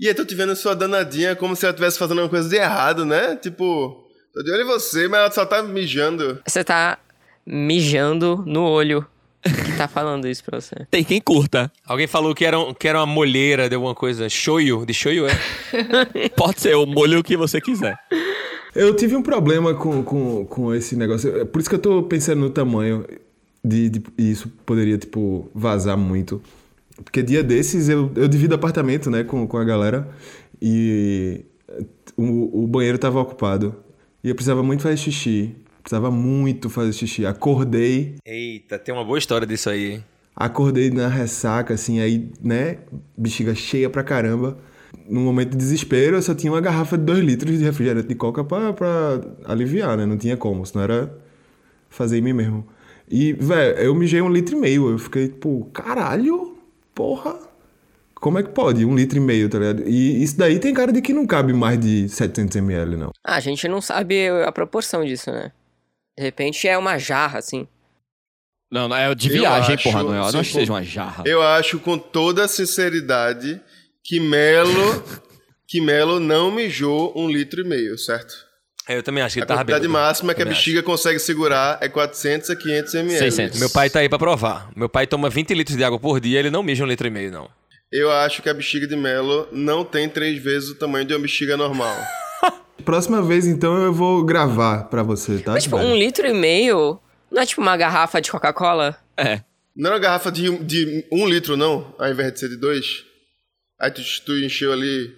E: E eu tô te vendo sua danadinha como se ela estivesse fazendo uma coisa de errado, né? Tipo, tô de olho em você, mas ela só tá mijando.
C: Você tá mijando no olho que tá falando isso pra você.
B: Tem quem curta.
G: Alguém falou que era, um- que era uma molheira de alguma coisa. Shoyu, de shoyu é.
B: Pode ser o molho que você quiser.
D: Eu tive um problema com, com, com esse negócio. É Por isso que eu tô pensando no tamanho. De, de- e isso poderia, tipo, vazar muito. Porque dia desses eu, eu divido apartamento, né, com, com a galera. E eh, o, o banheiro tava ocupado. E eu precisava muito fazer xixi. Precisava muito fazer xixi. Acordei
G: Eita, tem uma boa história disso aí, hein?
D: Acordei na ressaca, assim, aí, né? Bexiga cheia pra caramba. Num momento de desespero, eu só tinha uma garrafa de 2 litros de refrigerante de coca pra, pra aliviar, né? Não tinha como, senão era fazer em mim mesmo. E, velho, eu mijei um litro e meio. Eu fiquei tipo, caralho, porra. Como é que pode? Um litro e meio, tá ligado? E isso daí tem cara de que não cabe mais de 700ml, não.
C: Ah, a gente não sabe a proporção disso, né? De repente é uma jarra, assim.
B: Não, não, é de
E: Eu
B: viagem,
E: acho-
B: porra. Não, é- eu
E: se
B: não acho que
E: for-
B: seja uma jarra.
E: Eu acho com toda a sinceridade que Melo que Melo não mijou um litro e meio, certo?
G: É, Eu também acho que
E: A
G: ele tava
E: quantidade
G: bêbado.
E: máxima que a
G: Também acho.
E: bexiga consegue segurar é 400 a 500 ml.
B: 600.
G: Meu pai tá aí pra provar. Meu pai toma 20 litros de água por dia, ele não mija um litro e meio, não.
E: Eu acho que a bexiga de Melo não tem três vezes o tamanho de uma bexiga normal.
D: Próxima vez, então, eu vou gravar pra você, tá?
C: Mas, tipo,
D: velho?
C: um litro e meio não é tipo uma garrafa de Coca-Cola?
B: É.
E: Não era uma garrafa de, de um litro, não? Ao invés de ser de dois? Aí tu, tu encheu ali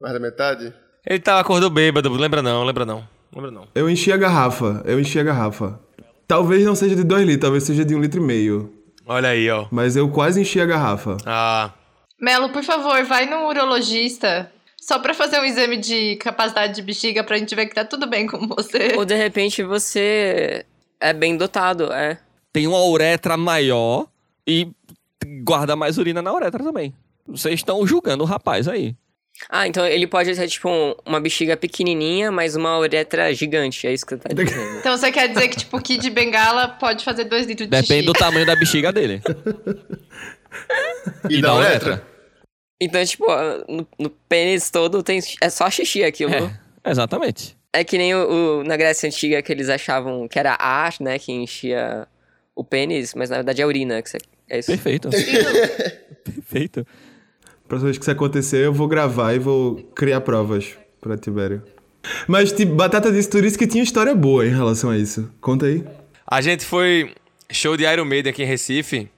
E: mais da metade?
G: Ele tava acordou bêbado, lembra não, lembra não. Lembra não.
D: Eu enchi a garrafa, eu enchi a garrafa. Talvez não seja de dois litros, talvez seja de um litro e meio.
G: Olha aí, ó.
D: Mas eu quase enchi a garrafa.
G: Ah,
A: Melo, por favor, vai no urologista. Só pra fazer um exame de capacidade de bexiga pra gente ver que tá tudo bem com você.
C: Ou de repente você é bem dotado, é.
B: tem uma uretra maior e guarda mais urina na uretra também. Vocês estão julgando o rapaz aí.
C: Ah, então ele pode ser tipo um- uma bexiga pequenininha, mas uma uretra gigante, é isso que você tá dizendo.
A: Então você quer dizer que, tipo, Kid de Bengala pode fazer dois litros de
B: Depende do
A: xixi.
B: tamanho da bexiga dele.
E: E,
G: um
E: da letra?
C: então, tipo, no, no pênis todo tem, é só xixi aquilo. É.
B: É, exatamente.
C: que nem o, o- na Grécia Antiga que eles achavam que era ar, né, que enchia o pênis, mas na verdade é urina, que você, é isso.
B: Perfeito. Perfeito.
D: Próxima vez que isso acontecer, eu vou gravar e vou criar provas pra Tibério. Mas tipo, Batata disse tudo isso que tinha história boa em relação a isso. Conta aí.
G: A gente foi show de Iron Maiden aqui em Recife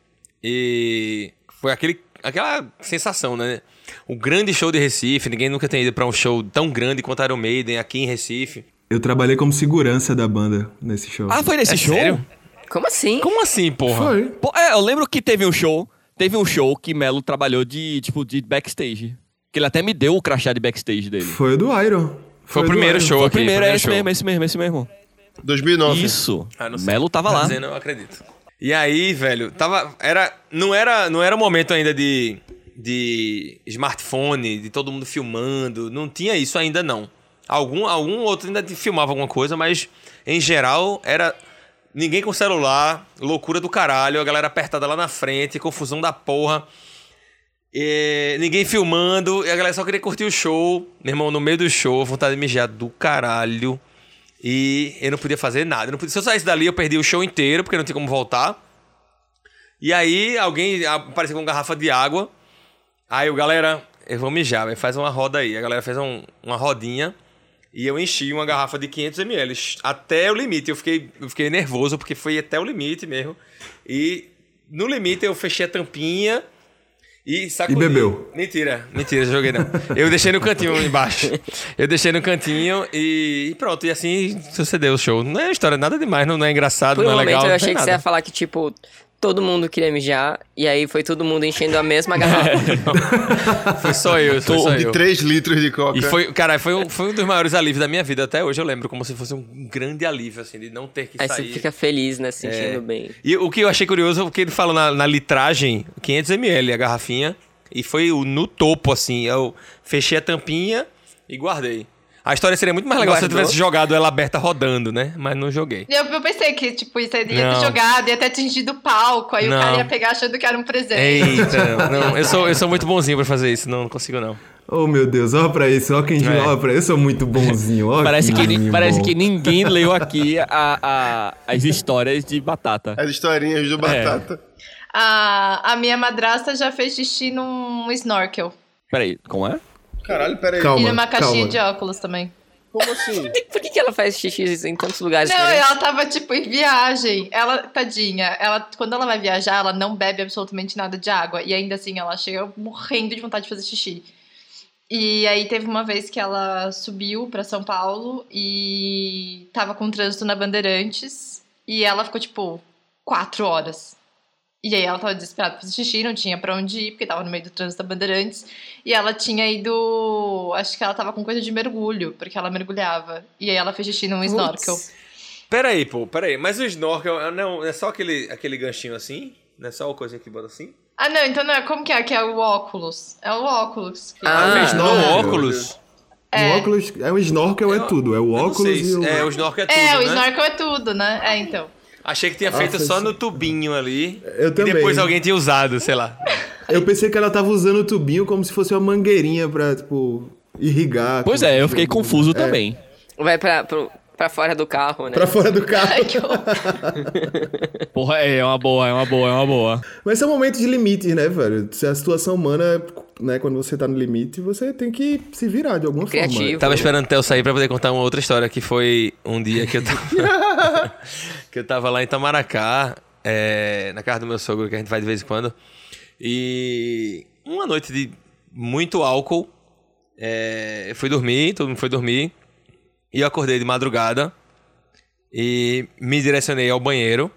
G: e foi aquele, aquela sensação, né? O grande show de Recife, ninguém nunca tem ido pra um show tão grande quanto Iron Maiden aqui em Recife.
D: Eu trabalhei como segurança da banda nesse show.
B: Ah, foi nesse
G: É
B: show?
G: sério?
C: Como assim?
G: Como assim, porra?
D: foi.
B: Pô, é, eu lembro que teve um show. Teve um show que Melo trabalhou de, tipo, de backstage. Que ele até me deu o crachá de backstage dele.
D: Foi o do Iron.
G: Foi o
D: do
G: primeiro
D: Iron.
G: show
B: Foi o
G: aqui.
B: primeiro, é esse
G: show.
B: mesmo, é esse mesmo, é esse mesmo.
E: 2009.
B: Isso.
G: Ah, não sei.
B: Melo tava
G: Tá
B: lá.
G: dizendo, eu acredito. E aí, velho, tava. Era, não, era, não era o momento ainda de, de smartphone, de todo mundo filmando. Não tinha isso ainda, não. Algum, algum outro ainda te filmava alguma coisa, mas em geral era. Ninguém com celular, loucura do caralho, a galera apertada lá na frente, confusão da porra. E ninguém filmando, e a galera só queria curtir o show. Meu irmão, no meio do show, vontade de mijar do caralho. E eu não podia fazer nada. Eu não podia- Se eu saísse dali, eu perdi o show inteiro, porque não tinha como voltar. E aí, alguém apareceu com uma garrafa de água. Aí o galera, eu vou mijar, velho, faz uma roda aí. A galera fez um- uma rodinha e eu enchi uma garrafa de 500 ml até o limite. Eu fiquei, eu fiquei nervoso porque foi até o limite mesmo. E no limite eu fechei a tampinha e sacudi.
D: E bebeu.
G: Mentira, mentira, joguei não. Eu deixei no cantinho embaixo. Eu deixei no cantinho e, e pronto. E assim sucedeu o show. Não é história nada demais, não, não é engraçado,
C: Por um
G: não é
C: momento
G: legal.
C: eu
G: não
C: achei
G: tem
C: que você
G: nada.
C: ia falar que, tipo, todo mundo queria mijar, e aí foi todo mundo enchendo a mesma
G: É.
C: garrafa.
G: Foi só eu, foi só
E: De
G: eu.
E: 3 litros de coca.
G: E foi, cara, foi um, foi um dos maiores alívios da minha vida até hoje. Eu lembro como se fosse um grande alívio, assim, de não ter que
C: aí você
G: sair.
C: fica feliz,
G: É.
C: né, se sentindo bem.
G: E o que eu achei curioso, porque ele falou na, na litragem, 500ml a garrafinha, e foi o- no topo, assim. Eu fechei a tampinha e guardei. A história seria muito mais legal se eu
C: Guardou?
G: tivesse jogado ela aberta rodando, né? Mas não joguei.
A: Eu, eu pensei que, tipo, isso aí ia
G: Não.
A: ter jogado, ia ter atingido o palco, aí
G: Não.
A: o cara ia pegar achando que era um presente.
G: Eita, não, eu sou, eu sou muito bonzinho pra fazer isso, não, não consigo não.
D: Oh, meu Deus, olha pra isso, olha quem
G: É.
D: olha pra isso, eu sou muito bonzinho. Olha
B: Parece que,
D: menino
B: ni- parece
D: bom.
B: que ninguém leu aqui a- a- as histórias de batata.
E: As historinhas
G: É.
E: do Batata.
A: A, a minha madrasta já fez xixi num snorkel.
B: Peraí, como é?
E: Caralho, peraí.
A: e
D: Calma,
A: numa caixinha
D: calma.
A: de óculos também.
E: Como assim?
C: Por que, que ela faz xixi em tantos lugares
A: Não,
C: diferentes?
A: ela tava, tipo, em viagem. Ela, tadinha, ela, quando ela vai viajar, ela não bebe absolutamente nada de água. E ainda assim, ela chega morrendo de vontade de fazer xixi. E aí teve uma vez que ela subiu pra São Paulo e tava com trânsito na Bandeirantes. E ela ficou, tipo, quatro horas. E aí ela tava desesperada pra fazer xixi, não tinha pra onde ir, porque tava no meio do trânsito da Bandeirantes. E ela tinha ido... Acho que ela tava com coisa de mergulho, porque ela mergulhava. E aí ela fez xixi num
C: Putz.
A: snorkel.
G: Peraí, pô, peraí. Mas o snorkel é- não, é só aquele, aquele ganchinho assim? Não é só uma coisa que bota assim?
A: Ah, não, então não é. Como que é? Que é o óculos. É o óculos. que-
C: Ah,
G: Fez no
D: snorkel.
G: óculos?
D: O É. óculos, é o snorkel, é tudo. É o
G: Eu não
D: óculos
G: sei
D: e
G: se-
D: o...
G: É, o snorkel é tudo,
A: É, o
G: né?
A: snorkel é tudo, né? É, então.
G: Achei que tinha feito
D: fez-
G: só no tubinho ali.
D: Ah, Eu
G: E
D: também.
G: depois alguém tinha usado, sei lá.
D: Eu pensei que ela tava usando o tubinho como se fosse uma mangueirinha pra, tipo, irrigar.
B: Pois
D: com-
B: é, eu fiquei confuso
D: É,
B: também.
C: Vai pra, pro- pra fora do carro, né?
D: Pra fora do carro.
B: Porra, é uma boa, é uma boa, é uma boa.
D: Mas são momentos de limites, né, velho? Se a situação humana, né, quando você tá no limite, você tem que se virar de alguma
C: Criativo.
G: Tava esperando o Theo sair pra poder contar uma outra história que foi um dia que eu tava, que eu tava lá em Tamaracá, é, na casa do meu sogro, que a gente vai de vez em quando. E uma noite de muito álcool, é, eu fui dormir, todo mundo foi dormir, e eu acordei de madrugada e me direcionei ao banheiro.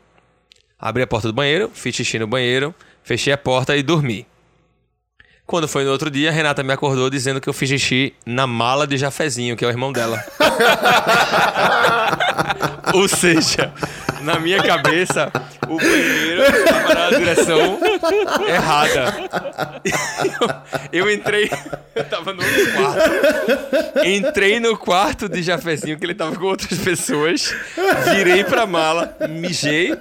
G: Abri a porta do banheiro, fiz xixi no banheiro, fechei a porta e dormi. Quando foi no outro dia, a Renata me acordou dizendo que eu fiz xixi na mala de Jafezinho, que é o irmão dela. Ou seja, na minha cabeça, o banheiro estava na direção errada. Eu entrei, eu tava no outro quarto. Entrei no quarto de Jafezinho, que ele tava com outras pessoas. Virei pra mala, mijei.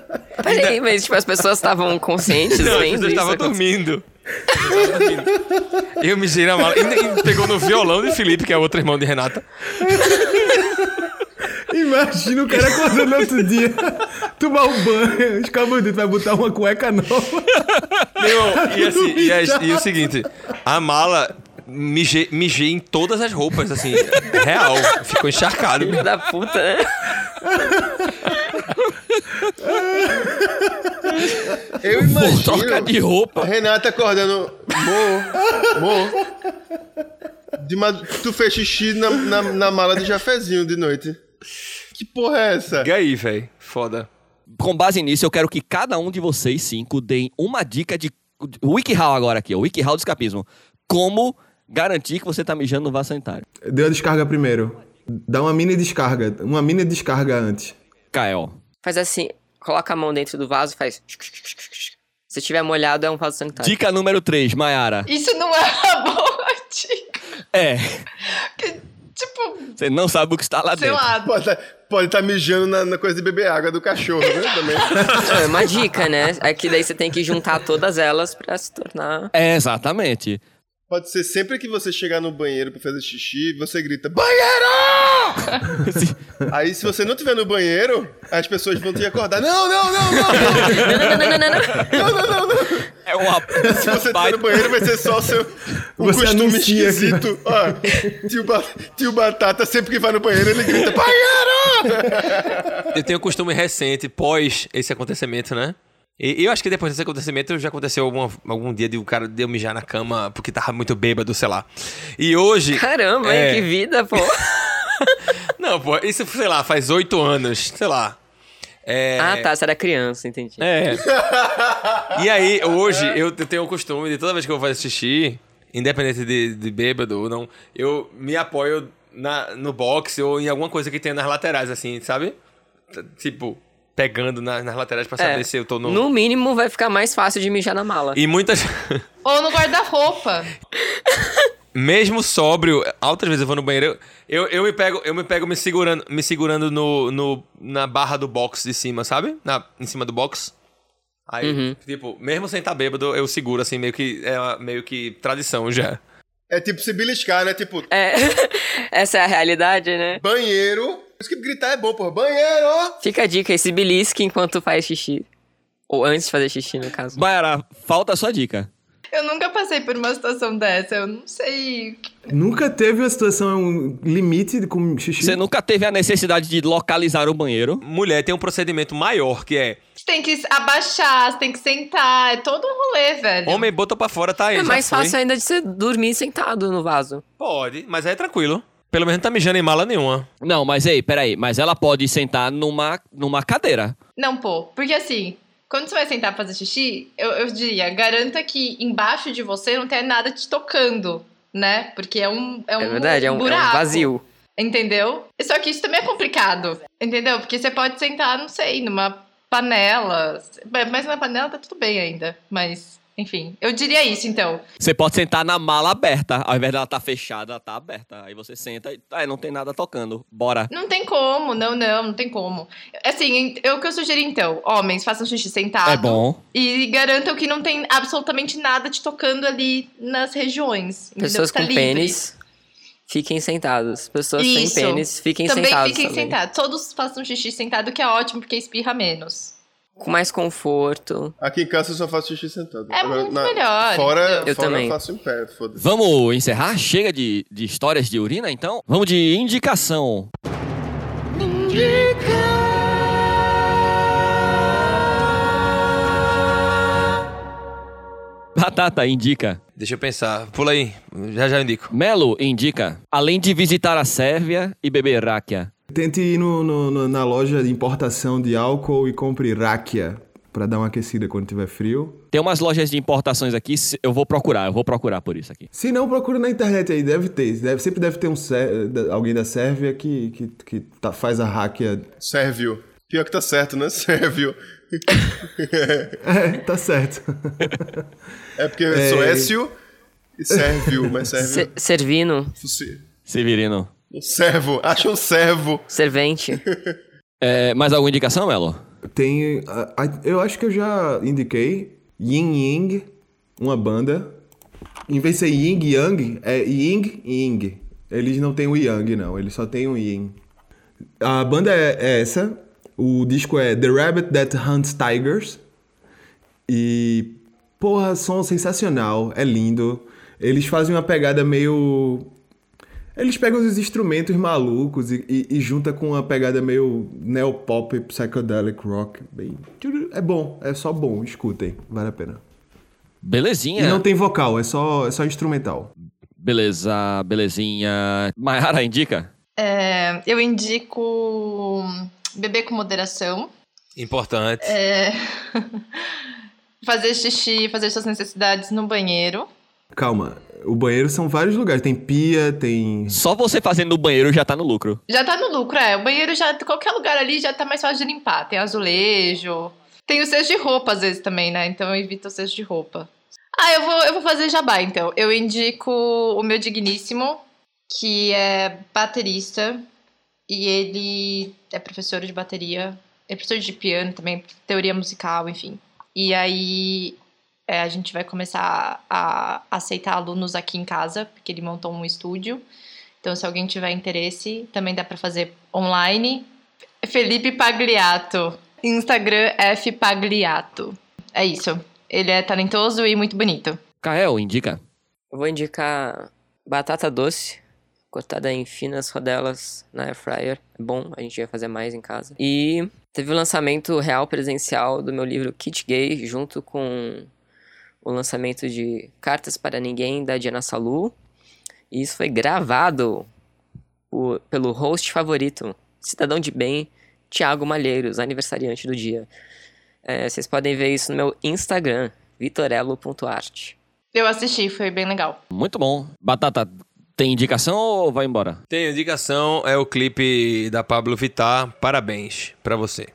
C: Peraí, mas tipo, as pessoas estavam conscientes
G: Não, as
C: vendo
G: pessoas
C: isso? né?
G: estavam
C: acontecer?
G: dormindo. Eu me girei na mala. E, e pegou no violão de Felipe, que é outro irmão de Renata.
D: forma. Imagina o cara acordando no outro dia, tomar um banho, escova o dedo, vai botar uma cueca nova.
G: Meu irmão, e, assim, e, as- e o seguinte: a mala mijei, mijei em todas as roupas, assim, real. Ficou encharcado.
C: Filho da puta, né?
E: Eu imagino.
B: Troca de roupa.
E: Renata acordando. Mo, Mo. De mad... Tu fez xixi na, na, na mala de Jafezinho de noite. Que porra é essa?
G: E aí, velho? Foda.
B: Com base nisso, eu quero que cada um de vocês cinco deem uma dica de de- WikiHow agora aqui, ó. WikiHow do escapismo. Como garantir que você tá mijando no vaso sanitário.
D: Deu a descarga primeiro. Dá uma mini descarga, uma mini descarga antes.
B: Kael.
C: Faz assim, coloca a mão dentro do vaso, faz. Se tiver molhado, é um vaso sanitário.
B: Dica número 3, Mayara.
A: Isso não é uma boa dica.
B: É,
A: que, Tipo,
B: você não sabe o que está lá
A: sei
B: dentro.
A: lá.
E: Pode estar mijando na, na coisa de beber água do cachorro, né? Também.
C: Não, é uma dica, né? É que daí você tem que juntar todas elas pra se tornar.
B: É, exatamente.
E: Pode ser sempre que você chegar no banheiro pra fazer xixi, você grita: Banheiro! Aí, se você não estiver no banheiro, as pessoas vão te acordar: Não, não, não, não!
C: Não, não, não, não, não, não.
B: É uma
E: Se você estiver no banheiro, vai ser só o seu. Um
D: Você
E: costume
D: anuncia né? que vai-
E: esquisito. Ó, tio, Ba- tio Batata, sempre que vai no banheiro, ele grita: Banheiro!
G: Eu tenho um costume recente, pós esse acontecimento, né? E e eu acho que depois desse acontecimento já aconteceu alguma- algum dia de o cara deu mijar na cama porque tava muito bêbado, sei lá. E hoje.
C: Caramba, hein?
G: É.
C: Que vida, pô.
G: Não, pô, isso, sei lá, faz oito anos, sei lá. É,
C: Ah, tá. Você era criança, entendi.
B: É.
G: E aí, hoje, eu te- tenho o costume de toda vez que eu vou fazer xixi, independente de, de bêbado ou não, eu me apoio na, no box ou em alguma coisa que tem nas laterais, assim, sabe? T- Tipo, pegando na- nas laterais pra saber
C: É.
G: se eu tô no.
C: No mínimo, vai ficar mais fácil de mijar na mala.
G: E muitas.
A: Ou no guarda-roupa.
G: Mesmo sóbrio, altas vezes eu vou no banheiro, eu, eu me pego, eu me pego me segurando, me segurando no, no, na barra do box de cima, sabe? Na, em cima do box. Aí,
C: Uhum.
G: tipo, mesmo sem estar bêbado, eu seguro, assim, meio que. É uma- meio que tradição já.
E: É tipo se beliscar, né? Tipo,
C: É. Essa é a realidade, né?
E: banheiro. Por isso que gritar é bom, porra. Banheiro!
C: Fica a dica, esse belisque enquanto faz xixi. Ou antes de fazer xixi, no caso.
B: Mayara, falta a sua dica.
A: Eu nunca passei por uma situação dessa. Eu não sei.
D: Nunca teve uma situação um limite de com xixi.
B: Você nunca teve a necessidade de localizar o banheiro.
G: Mulher tem um procedimento maior, que é
A: Você tem que abaixar, você tem que sentar. É todo um rolê, velho.
G: homem botou pra fora, tá aí.
C: É
G: já
C: mais
G: foi.
C: fácil ainda de você dormir sentado no vaso.
G: Pode, mas aí é tranquilo. Pelo menos não tá mijando em mala nenhuma.
B: Não, mas ei, peraí. Mas ela pode sentar numa, numa cadeira.
A: Não, pô. Porque assim, quando você vai sentar pra fazer xixi, eu, eu diria, garanta que embaixo de você não tenha nada te tocando, né? Porque é um. É, um
C: É verdade, é um, é um
A: buraco,
C: vazio.
A: Entendeu? Só que isso também é complicado. Entendeu? Porque você pode sentar, não sei, numa panela. Mas na panela tá tudo bem ainda. Mas, enfim. Eu diria isso, então.
B: Você pode sentar na mala aberta. Ao invés dela tá fechada, ela tá aberta. Aí você senta e ah, não tem nada tocando. Bora.
A: Não tem como, não, não, não tem como. Assim, eu o que eu sugiro então, homens, façam xixi sentado.
B: É bom.
A: E garantam que não tem absolutamente nada te tocando ali nas regiões. entendeu?
C: Pessoas
A: Tá
C: com
A: livre.
C: pênis. Fiquem sentados. Pessoas
A: Isso.
C: sem pênis, fiquem
A: também
C: sentados.
A: fiquem
C: também.
A: sentados. Todos façam xixi sentado, que é ótimo, porque espirra menos.
C: Com mais conforto.
E: Aqui em casa eu só faço xixi sentado.
A: É
E: Agora,
A: muito melhor,
E: Fora,
A: entendeu?
C: Eu
E: fora
C: também.
E: eu faço em pé, foda-se.
B: Vamos encerrar? Chega de, de histórias de urina, então? Vamos de indicação. Batata indica.
G: Deixa eu pensar. Pula aí. Já já eu indico.
B: Melo indica. Além de visitar a Sérvia e beber ráquia.
D: Tente ir no- no- no- na loja de importação de álcool e compre ráquia pra dar uma aquecida quando tiver frio.
B: Tem umas lojas de importações aqui, se- eu vou procurar, eu vou procurar por isso aqui.
D: Se não, procura na internet aí, deve ter. Deve- sempre deve ter um sé- da- alguém da Sérvia que, que, que tá- faz a ráquia.
E: Sérvio. Pior que tá certo, né? Sérvio.
D: É, tá certo.
E: É porque é Suécio e Sérvio, mas
A: É
C: Se-
E: Sérvio.
C: servino,
E: Se...
B: Severino.
E: Um servo, acha um servo.
C: servente.
B: É, mais alguma indicação, Melo?
D: Tem. a- a- eu acho que eu já indiquei. Yin Ying, uma banda. Em vez de ser Yin Yang, é Ying Ying. Eles não têm o Yang, não, eles só têm o Yin. A banda é, é essa. O disco é The Rabbit That Hunts Tigers. E. Porra, som sensacional, é lindo. Eles fazem uma pegada meio eles pegam os instrumentos malucos e, e, e junta com uma pegada meio neopop, psychedelic rock. Bem... tchuru, É bom, é só bom, escutem, vale a pena.
B: Belezinha.
D: E não tem vocal, é só, é só instrumental.
B: Beleza, belezinha. Mayara indica.
A: É, eu indico beber com moderação.
G: Importante.
A: É, fazer xixi, fazer suas necessidades no banheiro.
D: Calma, o banheiro são vários lugares, tem pia, tem.
B: Só você fazendo no banheiro já tá no lucro.
A: Já tá no lucro, é. O banheiro já, qualquer lugar ali já tá mais fácil de limpar. Tem azulejo. Tem o cesto de roupa às vezes também, né? Então evita o cesto de roupa. Ah, eu vou, eu vou fazer jabá então. Eu indico o meu digníssimo, que é baterista. E ele é professor de bateria. É professor de piano também, teoria musical, enfim. E aí é, a gente vai começar a aceitar alunos aqui em casa, porque ele montou um estúdio. Então, se alguém tiver interesse, também dá para fazer online. Felipe Pagliato. Instagram F Pagliato. É isso. Ele é talentoso e muito bonito.
B: Kael indica.
C: Eu Vou indicar batata doce, cortada em finas rodelas na air fryer. É bom, a gente ia fazer mais em casa. E teve o lançamento real presencial do meu livro Kit Gay, junto com o lançamento de Cartas para Ninguém, da Diana Salu. E isso foi gravado por- pelo host favorito, cidadão de bem, Thiago Malheiros, aniversariante do dia. É, vocês podem ver isso no meu Instagram, vitorello.art.
A: Eu assisti, foi bem legal.
B: Muito bom. Batata, tem indicação ou vai embora?
G: Tem indicação, é o clipe da Pablo Vittar. Parabéns pra você.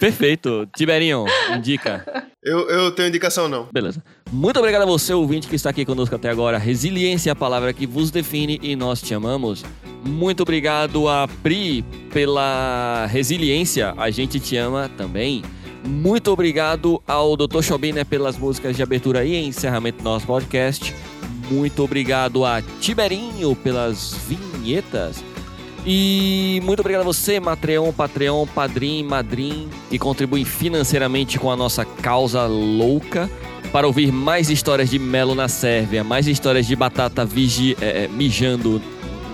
B: Perfeito. Tiberinho, indica.
E: Eu, eu tenho indicação, não.
B: Beleza. Muito obrigado a você, ouvinte, que está aqui conosco até agora. Resiliência é a palavra que vos define e nós te amamos. Muito obrigado a Pri pela resiliência. A gente te ama também. Muito obrigado ao Dr. Chobina pelas músicas de abertura e encerramento do nosso podcast. Muito obrigado a Tiberinho pelas vinhetas. E muito obrigado a você, Matreon, Patreon, Padrim, Madrim, que contribuem financeiramente com a nossa causa louca. Para ouvir mais histórias de Melo na Sérvia, mais histórias de batata vigi, é, é, mijando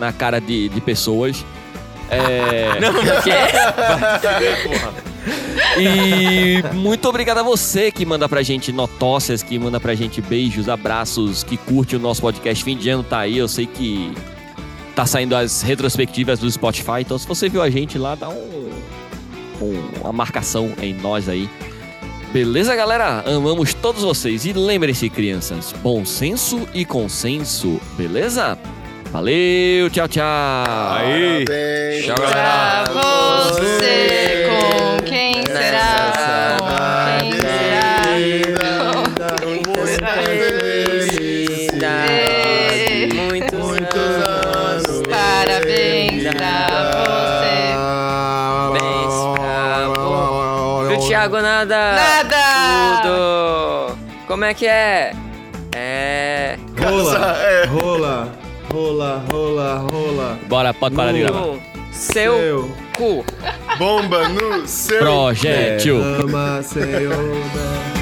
B: na cara de, de pessoas. É,
C: É,
B: e muito obrigado a você que manda pra gente notócias, que manda pra gente beijos, abraços, que curte o nosso podcast. Fim de ano tá aí, eu sei que tá saindo as retrospectivas do Spotify, então se você viu a gente lá, dá um, um- uma marcação em nós aí. Beleza, galera? Amamos todos vocês. E lembrem-se, crianças, bom senso e consenso, beleza? Valeu, tchau, tchau.
G: Aí.
E: Parabéns
G: Tchau,
A: Pra
G: galera.
A: você, com quem será? Com quem será? Com
C: Muitas
A: felicidades,
C: felicidades, É. muitos, anos.
A: Parabéns pra você.
C: Parabéns pra você. Do Thiago nada.
A: Nada!
C: Tudo. Como é que é? É.
D: Rola,
E: é.
D: rola, rola, rola, rola.
B: Bora, pode parar de
D: Não.
B: gravar.
C: Tá Bom, seu, cu.
E: Bomba no seu.
B: Projétil.
D: Ama, Senhor.